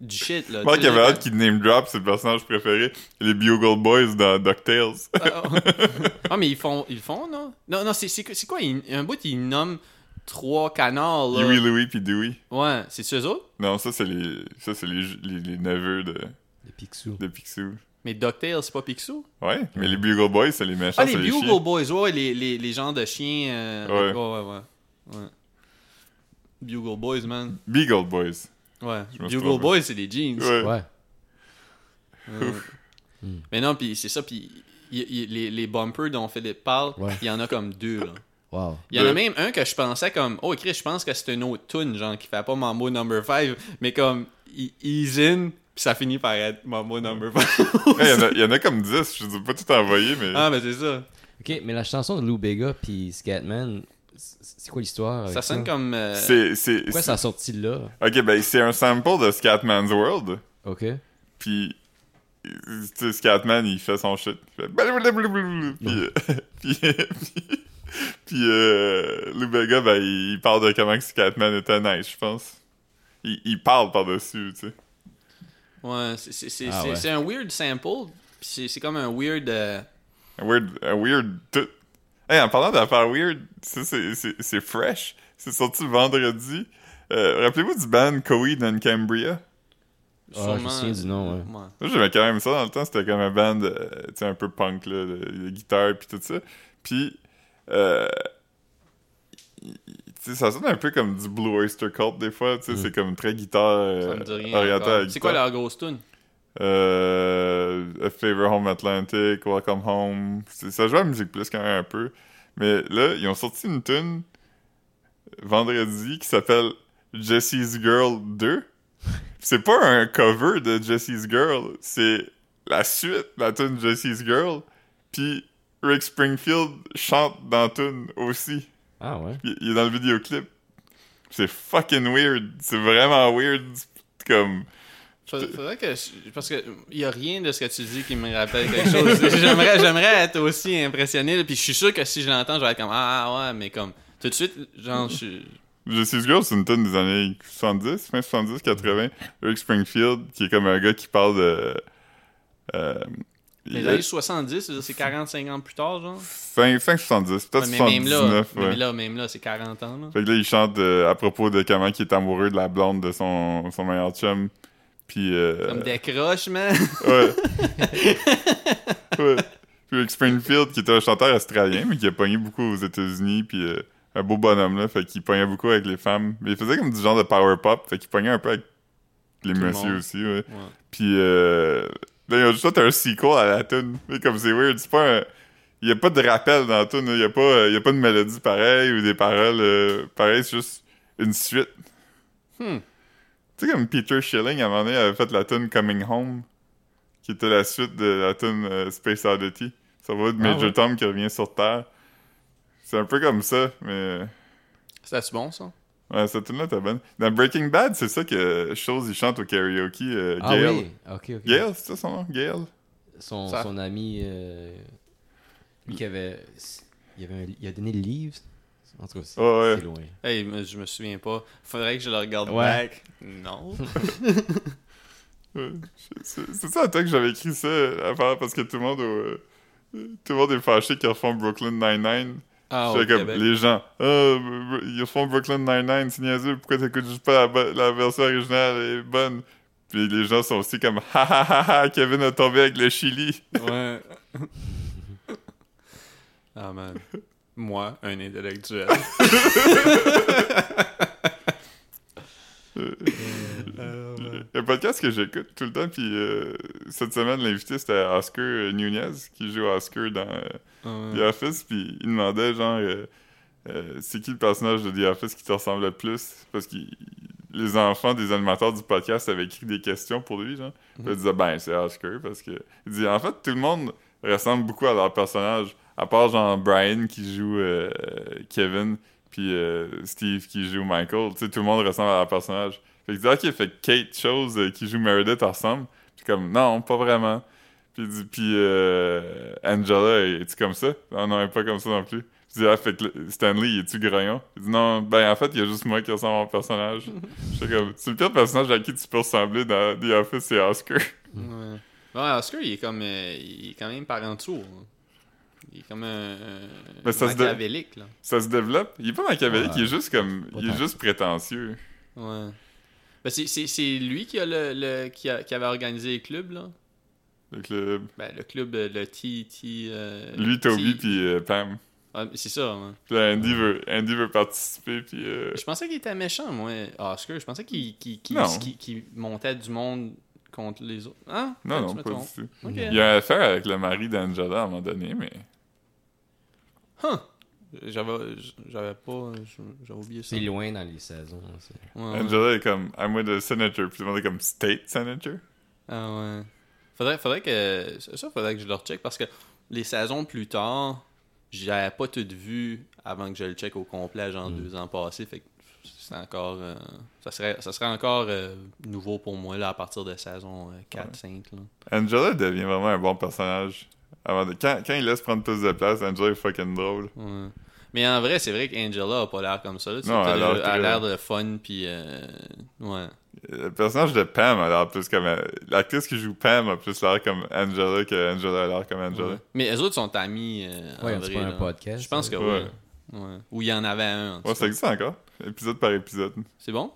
du shit, là.
Marc
Tu sais,
avait
là,
hâte qu'il name drop ses personnages préférés, les Bugle Boys dans DuckTales.
Ah, ah. ah, mais ils font, ils font, non? Non, non, c'est, c'est, que- c'est quoi? ils- un bout, ils nomment trois canards, là.
Huey, Louie, puis Dewey.
Ouais, c'est-tu eux autres?
Non, ça c'est les, ça c'est les, les, les neveux de,
Le Picsou.
de Picsou.
Mais DuckTales, c'est pas Picsou?
Ouais, mais les Bugle Boys, c'est les méchants,
ah, les
c'est les
Bugle
chiens.
Boys, ouais, les, les, les gens de chiens. euh,
Ouais.
ouais, ouais, ouais. Ouais. Bugle Boys, man.
Beagle Boys.
Ouais.
Je me suis
Bugle
trompé.
Boys, c'est des jeans.
Ouais.
Ouais.
Ouais.
Hmm.
Mais non, puis c'est ça, puis y- y- les, les bumpers dont Philippe parle, il
Ouais.
y en a comme deux, là.
Wow.
Il y en a
Deux.
même un que je pensais comme Oh Chris, je pense que c'est une autre tune, genre qui fait pas Mambo Number 5, mais comme il- Ease In, pis ça finit par être Mambo Number 5.
Ouais, Il y en a- il y, en a comme 10, je ne pas tout envoyer, mais
ah mais c'est ça.
Ok, mais la chanson de Lou Bega puis Scatman, c- c'est quoi l'histoire? avec
Ça sonne comme euh,
c'est. c'est-
Pourquoi ça a sorti là?
Ok, ben c'est un sample de Scatman's World.
Ok. Ah,
Puis, tu sais, Scatman, il fait son shit. Il fait blablabla, Puis, euh, puis, puis- puis, euh, Lou Bega, ben, il, il parle de comment que Scatman était nice, je pense. Il, il parle par-dessus, tu sais.
Ouais, c'est c'est- c'est-
Ah
c'est-
ouais. Ah,
c'est un weird sample, pis c'est c'est comme un weird euh,
Un weird, un weird tout. Hey, en parlant d'affaires weird, ça, c'est- c'est c'est fresh. C'est sorti vendredi. Euh, Rappelez-vous du band Coheed and Cambria?
Ah, je me
sûrement euh,
souviens du nom, ouais.
Moi, j'aimais quand même ça dans le temps. C'était comme un band, euh, tu sais, un peu punk, là, de, de guitare, puis tout ça. Puis, euh, y- y- tu sais, ça sonne un peu comme du Blue Oyster Cult, des fois. Tu sais, c'est comme très guitare
Mm. Ça
euh,
me dit rien.
orientée à la
encore. C'est quoi
guitare.
leur grosse tune
Euh, A Flavor Home Atlantic, Welcome Home. C'est- Ça joue à Musique Plus quand même un peu. Mais là, ils ont sorti une tune vendredi qui s'appelle Jessie's Girl 2. C'est pas un cover de Jessie's Girl, c'est la suite de la tune Jessie's Girl. Puis Rick Springfield chante dans la tune aussi.
Ah ouais.
Il, il est dans le vidéoclip. C'est fucking weird. C'est vraiment weird. C'est Comme.
Faudrait faudrait que je- parce que y a rien de ce que tu dis qui me rappelle quelque chose. j'aimerais j'aimerais être aussi impressionné là, puis je suis sûr que si je l'entends, je vais être comme ah ouais, mais comme tout de suite genre je suis
Jesse's Girl, c'est une tune des années 70, fin 70, 80. Rick Springfield, qui est comme un gars qui parle de. euh,
Mais
il-
les années 70, je veux dire, c'est 45 ans plus tard, genre.
fin, fin 70, peut-être
Ouais, mais même là,
79. ouais.
même là, même là, c'est 40 ans, là.
Fait que là, il chante euh, à propos de comment il est amoureux de la blonde de son, son meilleur chum. Puis. euh,
Comme décroche, man.
Ouais. ouais. Puis Rick Springfield, qui était un chanteur australien, mais qui a pogné beaucoup aux États-Unis, puis euh, un beau bonhomme, là, fait qu'il pognait beaucoup avec les femmes. Mais il faisait comme du genre de power pop, fait qu'il pognait un peu avec les
Tout le
messieurs
monde.
aussi, ouais.
Ouais.
Puis, euh, là, ils ont juste fait un sequel à la tune. Mais comme c'est weird, c'est pas un... Il y a pas de rappel dans la tune, là. il y a pas, euh, il y a pas de mélodie pareille ou des paroles euh, pareilles, c'est juste une suite.
Hmm.
Tu sais, comme Peter Schilling, à un moment donné, avait fait la tune Coming Home, qui était la suite de la tune euh, Space Oddity. Ça va de
Ah
Major
ouais.
Tom qui revient sur Terre. C'est un peu comme ça, mais...
C'était-tu bon, ça?
Ouais, cette tune-là, t'es bonne. Dans Breaking Bad, c'est ça que Chose, il chante au karaoke, euh,
Ah
Gale.
oui. Ok, ok.
Gale, c'est ça son nom? Gale?
Son,
Ça-
son ami. euh, lui qui avait. Il, avait un- il a donné le livre. En tout cas, c'est
Ouais, ouais.
c'est loin.
Hey, mais je me souviens pas. Faudrait que je le regarde
Ouais.
back. Non.
Ouais, je- C'est c'est ça, toi, que j'avais écrit ça, euh, à part parce que tout le monde, au, euh, tout le monde est fâché qu'ils refont Brooklyn Nine-Nine.
Ah,
J'étais
au
comme,
Québec.
les gens, Ah, br- br- ils refont Brooklyn Nine-Nine, c'est niaiseux, pourquoi t'écoutes juste pas la, bo- la version originale, elle est bonne. Puis les gens sont aussi comme, ha ha ha ha, Kevin a tombé avec le Chili.
Ouais. ah, man. Moi, un intellectuel.
Il y a un podcast que j'écoute tout le temps, puis euh, cette semaine, l'invité, c'était Oscar Nunez, qui joue Oscar dans... euh, The
Ah, Ouais.
Office, puis il demandait genre euh, euh, c'est qui le personnage de The Office qui te ressemble le plus parce que les enfants des animateurs du podcast avaient écrit des questions pour lui genre. Puis
Mhm.
il disait ben c'est Oscar parce que il dit en fait tout le monde ressemble beaucoup à leur personnage à part genre Brian qui joue euh, Kevin puis euh, Steve qui joue Michael, tu sais tout le monde ressemble à leur personnage. Fait qu'il dit OK, fait que Kate chose euh, qui joue Meredith elle ressemble. Puis comme non, pas vraiment. Puis il dit, puis euh, Angela, es-tu comme ça? Non, non, elle est pas comme ça non plus. Je dis, ah, fait que le- Stanley, es-tu grognon? Il dit, non, ben en fait, il y a juste moi qui ressemble à mon personnage. J'étais comme, c'est le pire personnage à qui tu peux ressembler dans The Office, c'est Oscar.
Ouais. Ouais, Oscar, il est comme. euh, il est quand même par en dessous. hein. Il est comme un.
Mais ça se de-
machiavélique, là.
Ça se développe. Il est pas machiavélique,
Ouais.
il est juste comme,
Pas
il est
tant.
juste prétentieux.
Ouais. Ben, c'est- c'est c'est lui qui, a le, le- qui, a- qui avait organisé le club, là.
Donc, le-
Ben, le club, euh, le T. T euh,
lui,
T-
Toby, puis euh, Pam.
Ah, mais c'est ça, ouais.
Puis là, Andy veut, Andy veut participer, puis... euh,
Je pensais qu'il était méchant, moi, Oscar. Je pensais qu'il qu'il- qu'il-
Non.
qu'il- qu'il montait du monde contre les autres. Hein?
Non,
Peut-être
non,
que
pas
je me
du
trompe.
tout.
Ok.
Il y a une affaire avec le mari d'Angela à un moment donné, mais...
J'avais j'avais pas. J'avais oublié ça.
C'est loin dans les saisons. hein, c'est-
Ouais, ouais.
Angela est comme, I'm with the senator, puis tout le monde est comme, state senator?
Ah ouais. Faudrait, faudrait que. Ça, faudrait que je le recheck parce que les saisons plus tard, j'avais pas tout vu avant que je le check au complet, genre
Mm.
deux ans passés. Fait que c'est encore. euh, ça, serait, ça serait encore euh, nouveau pour moi là, à partir de saison euh, 4-5.
Angela devient vraiment un bon personnage. Avant de- quand, quand il laisse prendre plus de place, Angela est fucking drôle.
Ouais. Mais en vrai, c'est vrai qu'Angela a pas l'air comme ça. Là. Tu sais,
Non,
t'as
elle
le-
a l'air
elle a
très-
l'air de fun, puis. euh, ouais.
Le personnage de Pam a l'air plus comme... L'actrice qui joue Pam a plus l'air comme Angela que Angela a l'air comme Angela.
Ouais. Mais les autres sont amis. euh, en
Ouais, on
vrai,
se prend un
là.
podcast, euh.
Je pense que
ça.
oui. Ouais. Ou il y en avait un. en tout
Ouais,
cas.
ça existe encore. Épisode par épisode.
c'est bon?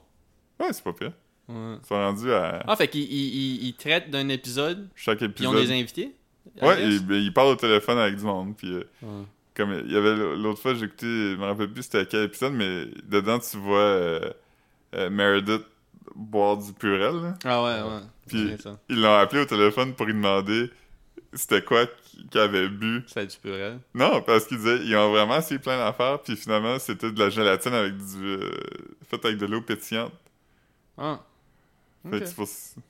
Ouais, c'est pas pire.
Ouais.
Ils sont rendus à
Ah, fait qu'ils ils- ils- ils traitent d'un épisode,
chaque
puis ils ont
épisode.
des invités? I
ouais,
guess?
ils, ils parlent au téléphone avec du monde. Puis euh,
Ouais.
comme il y avait l'autre fois, j'ai écouté, je me rappelle plus c'était quel épisode, mais dedans tu vois euh, euh, Meredith boire du purel. là.
Ah ouais, ouais.
Puis-
C'est ça.
Ils l'ont appelé au téléphone pour lui demander c'était quoi qu'elle avait bu.
C'est du purel.
Non, parce qu'ils disaient ils ont vraiment essayé plein d'affaires, puis finalement c'était de la gélatine avec du euh, faite avec de l'eau pétillante.
Ah.
Fait
Ok.
que c'est pour ça-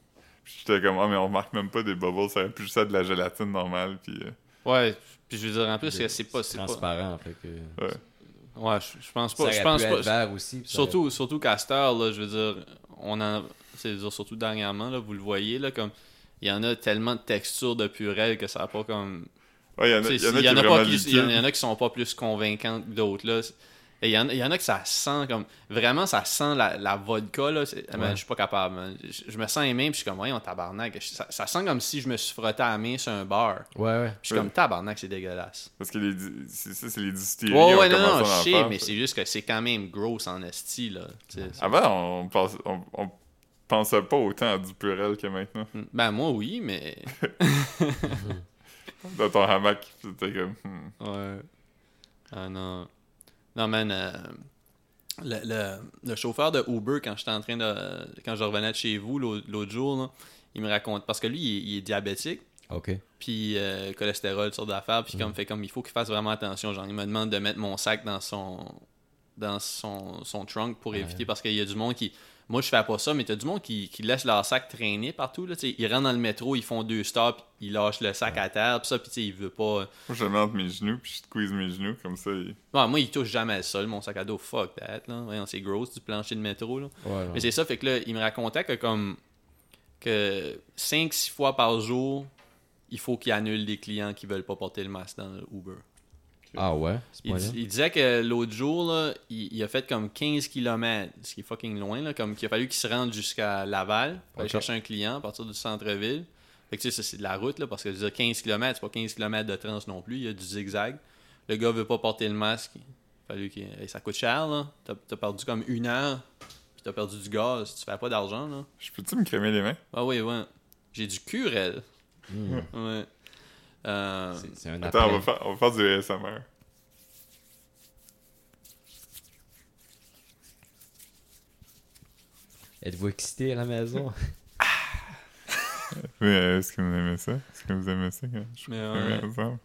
Puis j'étais comme, ah, mais on remarque même pas des bubbles, ça aurait plus juste à de la gélatine normale, puis euh,
Ouais, puis je veux dire, en plus, que c'est pas... c'est pas-
transparent, en fait. Que...
Ouais, je je pense
Ça
pas.
aurait
Je pense
pu être
pas.
vert aussi. puis ça aurait-
Surtout, surtout Castor, là, je veux dire, on en... C'est dire, surtout dernièrement, là, vous le voyez, là, comme... Il y en a tellement de textures de purel que ça n'a pas comme...
Ouais, Ah, il y en a,
Tu
il y
sais,
en a
Il
qui
y, en a
est
pas
vraiment
qui- il
liquide.
y en- il y en a qui sont pas plus convaincants que d'autres. là. Et Il y, en a- il y en a que ça sent comme. Vraiment, ça sent la, la vodka. Là. C'est- man,
Ouais.
je suis pas capable. man. Je, je me sens les mains, puis je suis comme, voyons, tabarnak. Je- Ça, ça sent comme si je me suis frotté à la main sur un bar. Puis
Ouais, ouais.
je suis
Ouais.
comme, tabarnak, c'est dégueulasse.
Parce que les, di- c'est ça, c'est les distilleries.
Ouais,
ont
ouais, non,
commencé
non,
à en
je sais,
faire.
mais c'est juste que c'est quand même grosse en esti. Là, tu sais.
Avant, on, pense, on, on pensait pas autant à du purel que maintenant.
Ben, moi, oui, mais.
Dans ton hamac, c'était comme. hmm.
Ouais. Ah non. Non, man. euh, le, le- le chauffeur de Uber, quand j'étais en train de. Quand je revenais de chez vous l'au- l'autre jour, là, il me raconte. Parce que lui, il, est- il est diabétique,
Ok.
puis euh, cholestérol, sorte d'affaires, puis comme fait comme il faut qu'il fasse vraiment attention. Genre, il me demande de mettre mon sac dans son. Dans son, son trunk pour
Ouais.
éviter, parce qu'il y a du monde qui. Moi, je fais pas ça, mais t'as du monde qui, qui laisse leur sac traîner partout. Là, tu sais. ils rentrent dans le métro, ils font deux stops, ils lâchent le sac à terre, puis ça, puis tu sais, il veut pas.
Moi, je le mets entre mes genoux, puis je squeeze mes genoux, comme ça. il-
Ouais, moi, il touche jamais le sol, mon sac à dos. Fuck that, là. Voyons, c'est gross du plancher de métro, là.
Ouais,
Mais c'est ça, fait que là, il me racontait que comme... que 5-6 fois par jour, il faut qu'il annule les clients qui veulent pas porter le masque dans le Uber.
Ah ouais, c'est
Il,
pas
dis- il disait que l'autre jour, là, il, il a fait comme 15 km, ce qui est fucking loin, là, comme qu'il a fallu qu'il se rende jusqu'à Laval pour aller
Ok.
chercher un client à partir du centre-ville. Fait que tu sais, ça, c'est de la route, là, parce que je veux dire, 15 km, c'est pas 15 km de trans non plus, il y a du zigzag. Le gars veut pas porter le masque. Il a fallu qu'il- et ça coûte cher, là. T'as t'as perdu comme une heure, puis t'as perdu du gaz, tu fais pas d'argent, là.
Je peux-tu me cramer les mains?
Ah oui, ouais. J'ai du curel.
Hmm.
Ouais. Euh,
C'est- C'est un
Attends, on va,
après.
faire, on va faire du ASMR.
Êtes-vous excité à la maison?
Mais euh, est-ce que vous aimez ça? Est-ce que vous aimez ça? quand je-
mais,
Ouais,
euh,
ensemble?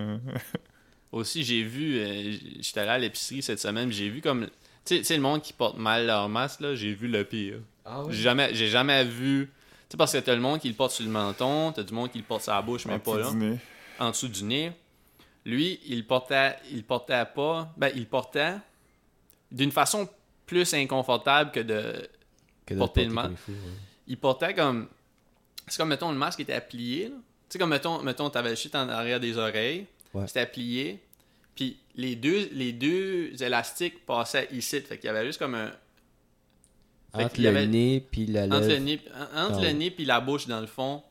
Euh,
Aussi, j'ai vu, euh, j- j'étais allé à l'épicerie cette semaine, j'ai vu comme, tu sais- tu sais, le monde qui porte mal leur masque, là, j'ai vu le pire.
Ah
J'ai jamais, j'ai jamais vu, tu sais, parce que t'as le monde qui le porte sur le menton, t'as du monde qui le porte sur la bouche, mais
un
pas
petit
là,
dîner.
en dessous du nez. Lui, il portait, il portait pas, ben, il portait d'une façon plus inconfortable que de,
Que de
Porter
porter
le
le
masque.
comme il faut, ouais.
il portait comme, c'est comme, mettons, le masque était plié, là. Tu sais, comme, mettons, mettons t'avais le shit en arrière des oreilles,
Ouais.
c'était plié, puis les deux, les deux élastiques passaient ici. Fait qu'il y avait juste comme un... Fait
Entre
qu'il y
le
avait-
nez puis la lèvre.
Entre le nez, en- entre
Ah
le
ouais.
nez puis la bouche, dans le fond,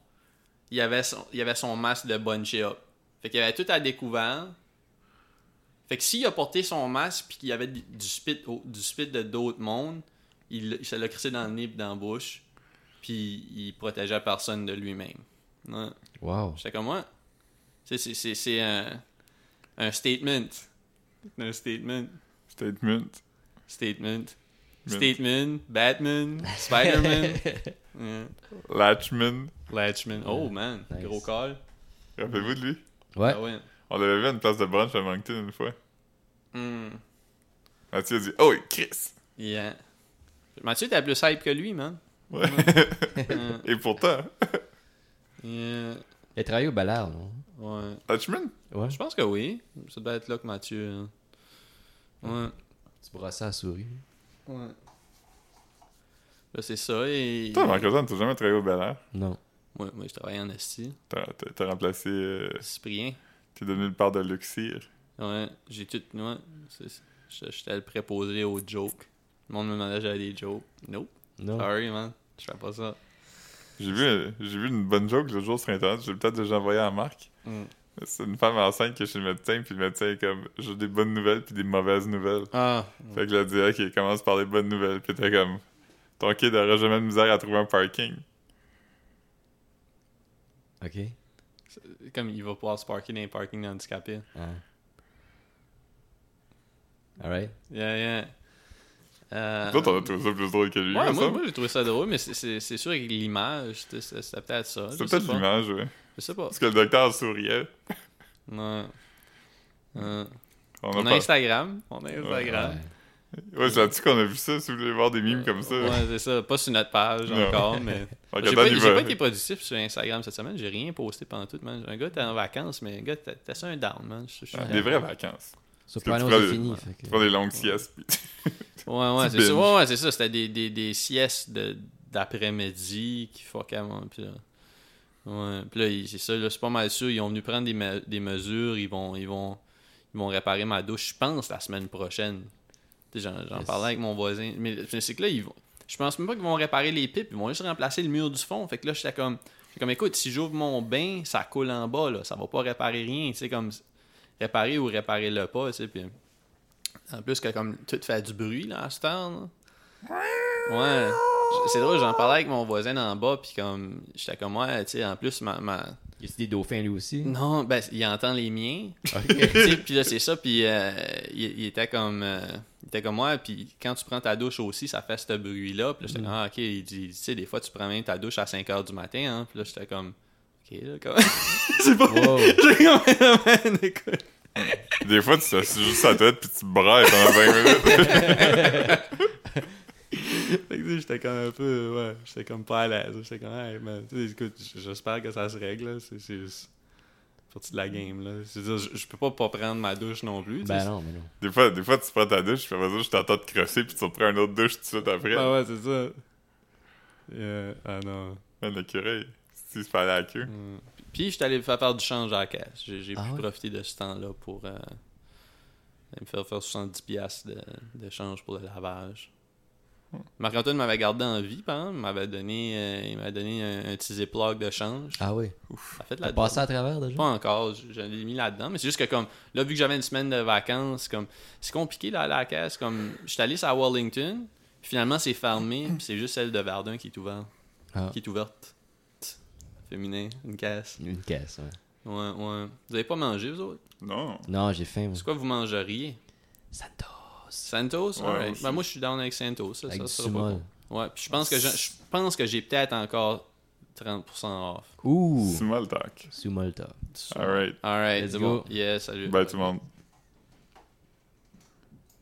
il y avait son, il y avait son masque de bunchy up. Fait qu'il y avait tout à découvert. Fait que s'il a porté son masque puis qu'il y avait du du spit, au- du spit de d'autres mondes, il, il se l'a crissé dans le nez puis dans la bouche. Puis il protégeait personne de lui-même. Ouais.
Wow.
J'étais comme, ouais. C'est- c'est- C'est c'est un, un statement. Un statement.
Statement.
Statement.
Mint.
Statement. Batman. Spider-Man. Yeah.
Latchman.
Latchman. Oh, man.
Nice.
Gros call.
Rappelez-vous de lui?
ouais.
Ah ouais.
On l'avait vu à une place de brunch à Moncton une fois.
Hmm.
Mathieu a dit « Oh, Chris!
Yeah. Mathieu, t'as plus hype que lui, man.
Ouais.
Hein.
Et pourtant,
Yeah.
Il a travaillé au Ballard, non?
Ouais.
Latchman,
Ouais.
Je pense que oui. Ça doit être là que Mathieu. hein. Ouais.
Tu brossais à souris.
Ouais. Là, c'est ça. Et...
toi, Marc Rosanne, t'as jamais travaillé au Bel Air.
Non.
Ouais, moi, je travaille en Esti.
T'as t'as- t'as remplacé... euh,
Cyprien.
t'es devenu une part de Luxir.
Ouais. J'ai tout. Ouais. c'est- c'est- J'étais j'étais le préposé aux jokes. Le monde me demandait si j'avais des jokes. Nope.
Non.
Sorry, man. Je fais pas ça.
J'ai vu, j'ai vu une bonne joke le jour sur Internet. J'ai peut-être déjà envoyé à Marc.
Mm.
C'est une femme enceinte qui est chez le médecin, puis le médecin est comme « J'ai des bonnes nouvelles puis des mauvaises nouvelles.
Ah.
Fait que là, dit « Ok, commence par les bonnes nouvelles. » Puis t'es comme « Ton kid aura jamais de misère à trouver un parking.
Ok.
C'est Comme il va pouvoir se parker dans les parkings d'handicapés.
Ah. Alright.
Yeah, yeah. Euh,
Toi, t'en as trouvé ça plus drôle que lui,
Ouais,
me
moi,
semble.
moi j'ai trouvé ça drôle, mais c'est- c'est c'est sûr que l'image, tu sais, c'est- c'était peut-être ça. je
C'est
sais
peut-être
pas.
l'image, ouais.
Je sais pas.
Parce que le docteur souriait.
Ouais. Ouais.
On a
On a
pas-
Instagram. On a Instagram.
Ouais, c'est là-dessus qu'on a vu ça, si vous voulez voir des mimes comme ça.
Ouais, c'est ça. Pas sur notre page
Non.
encore, mais.
Fait que Dan,
J'ai pas,
il
j'ai
va-
pas été productif sur Instagram cette semaine, j'ai rien posté pendant tout, man. Un gars, t'es en vacances, mais un gars, t'as t'as ça un down, man. Je- je suis
Ah,
down.
Des vraies vacances.
Ça,
Parce que
pour
tu
aller,
prends
c'est
des-
fini. fait que-
Tu prends des longues siestes, puis
Ouais, ouais,
Tu
c'est ça.
binges.
Ouais, ouais, c'est ça. C'était des, des, des siestes de- d'après-midi qui fuckaient mon. Puis là, ouais. Puis là, il- c'est ça. Là, c'est pas mal sûr. Ils ont venu prendre des, me- des mesures. Ils vont, ils, vont, ils vont réparer ma douche, je pense, la semaine prochaine. Tu sais, J'en, j'en
Yes.
parlais avec mon voisin. Mais mais c'est que là, ils vont. Je pense même pas qu'ils vont réparer les pipes. Ils vont juste remplacer le mur du fond. Fait que là, j'étais comme. j'étais comme, écoute, si j'ouvre mon bain, ça coule en bas, là. Ça va pas réparer rien. Tu sais, comme. Réparer ou réparer le pas, tu sais. Puis. euh, En plus que comme tout fait du bruit là à ce temps. là. Ouais. J- C'est drôle, j'en parlais avec mon voisin en bas, puis comme j'étais comme ouais, tu sais, en plus ma, ma-
Y a-t-il des dauphins lui aussi?
Non, ben il entend les miens. Tu sais, puis là c'est ça, puis euh, il, il était comme euh, il était comme ouais, puis quand tu prends ta douche aussi, ça fait ce bruit là. Puis là
Mm.
j'étais comme, ah ok, il dit, tu sais, des fois tu prends même ta douche à 5 heures du matin, hein. Puis là j'étais comme ok là, comme c'est pas.
Wow.
J'étais comme Man, écoute.
des fois, tu t'assis juste à la tête, puis tu brailles pendant 20 minutes.
Fait que, tu sais, j'étais comme un peu, ouais, j'étais comme pas à l'aise. J'étais comme, hey, man, tu sais, écoute, j- j'espère que ça se règle, là. C'est c'est juste partie de la game, là. Je veux dire, je- je peux pas pas prendre ma douche non plus. tu sais.
Ben non, mais non.
Des fois, des fois, tu prends ta douche, puis après ça, je t'entends te crosser, puis tu reprends une autre douche tout de suite après.
Ah ouais, c'est ça. Yeah, Ah non.
Man, l'écureuil, si se fait aller à la queue.
Mm. Puis, j'étais allé me faire faire du change à la caisse. J'ai j'ai
Ah
pu
ouais?
profiter de ce temps-là pour euh, me faire faire 70$ piastres de, de change pour le lavage.
Hmm.
Marc-Antoine m'avait gardé en vie, par exemple. Il m'avait donné, euh, il m'avait donné un, un petit ziploc de change.
Ah oui.
Ça fait de
T'as
la
passé à travers déjà?
Pas encore, je, je l'ai mis là-dedans, mais c'est juste que comme là vu que j'avais une semaine de vacances, comme c'est compliqué là à la caisse, comme je suis allé à Wellington, puis finalement c'est fermé, puis c'est juste celle de Verdun qui est ouverte,
Ah.
qui est ouverte. Tch, Féminin, une caisse.
Une caisse, ouais.
Ouais, ouais. Vous avez pas mangé vous autres
Non.
Non, j'ai faim. moi.
C'est quoi vous mangeriez
Santos.
Santos
Ouais,
Alright.
aussi.
Ben, moi je suis down avec Santos, ça,
Avec
ça
du
sera pas
sumol.
con. Ouais, puis je pense que je, je pense que j'ai peut-être encore 30% off.
Ouh.
Small talk.
Sous Molotov.
Alright.
Alright,
Let's
c'est bon.
go.
Yeah, salut.
Bye tout le monde.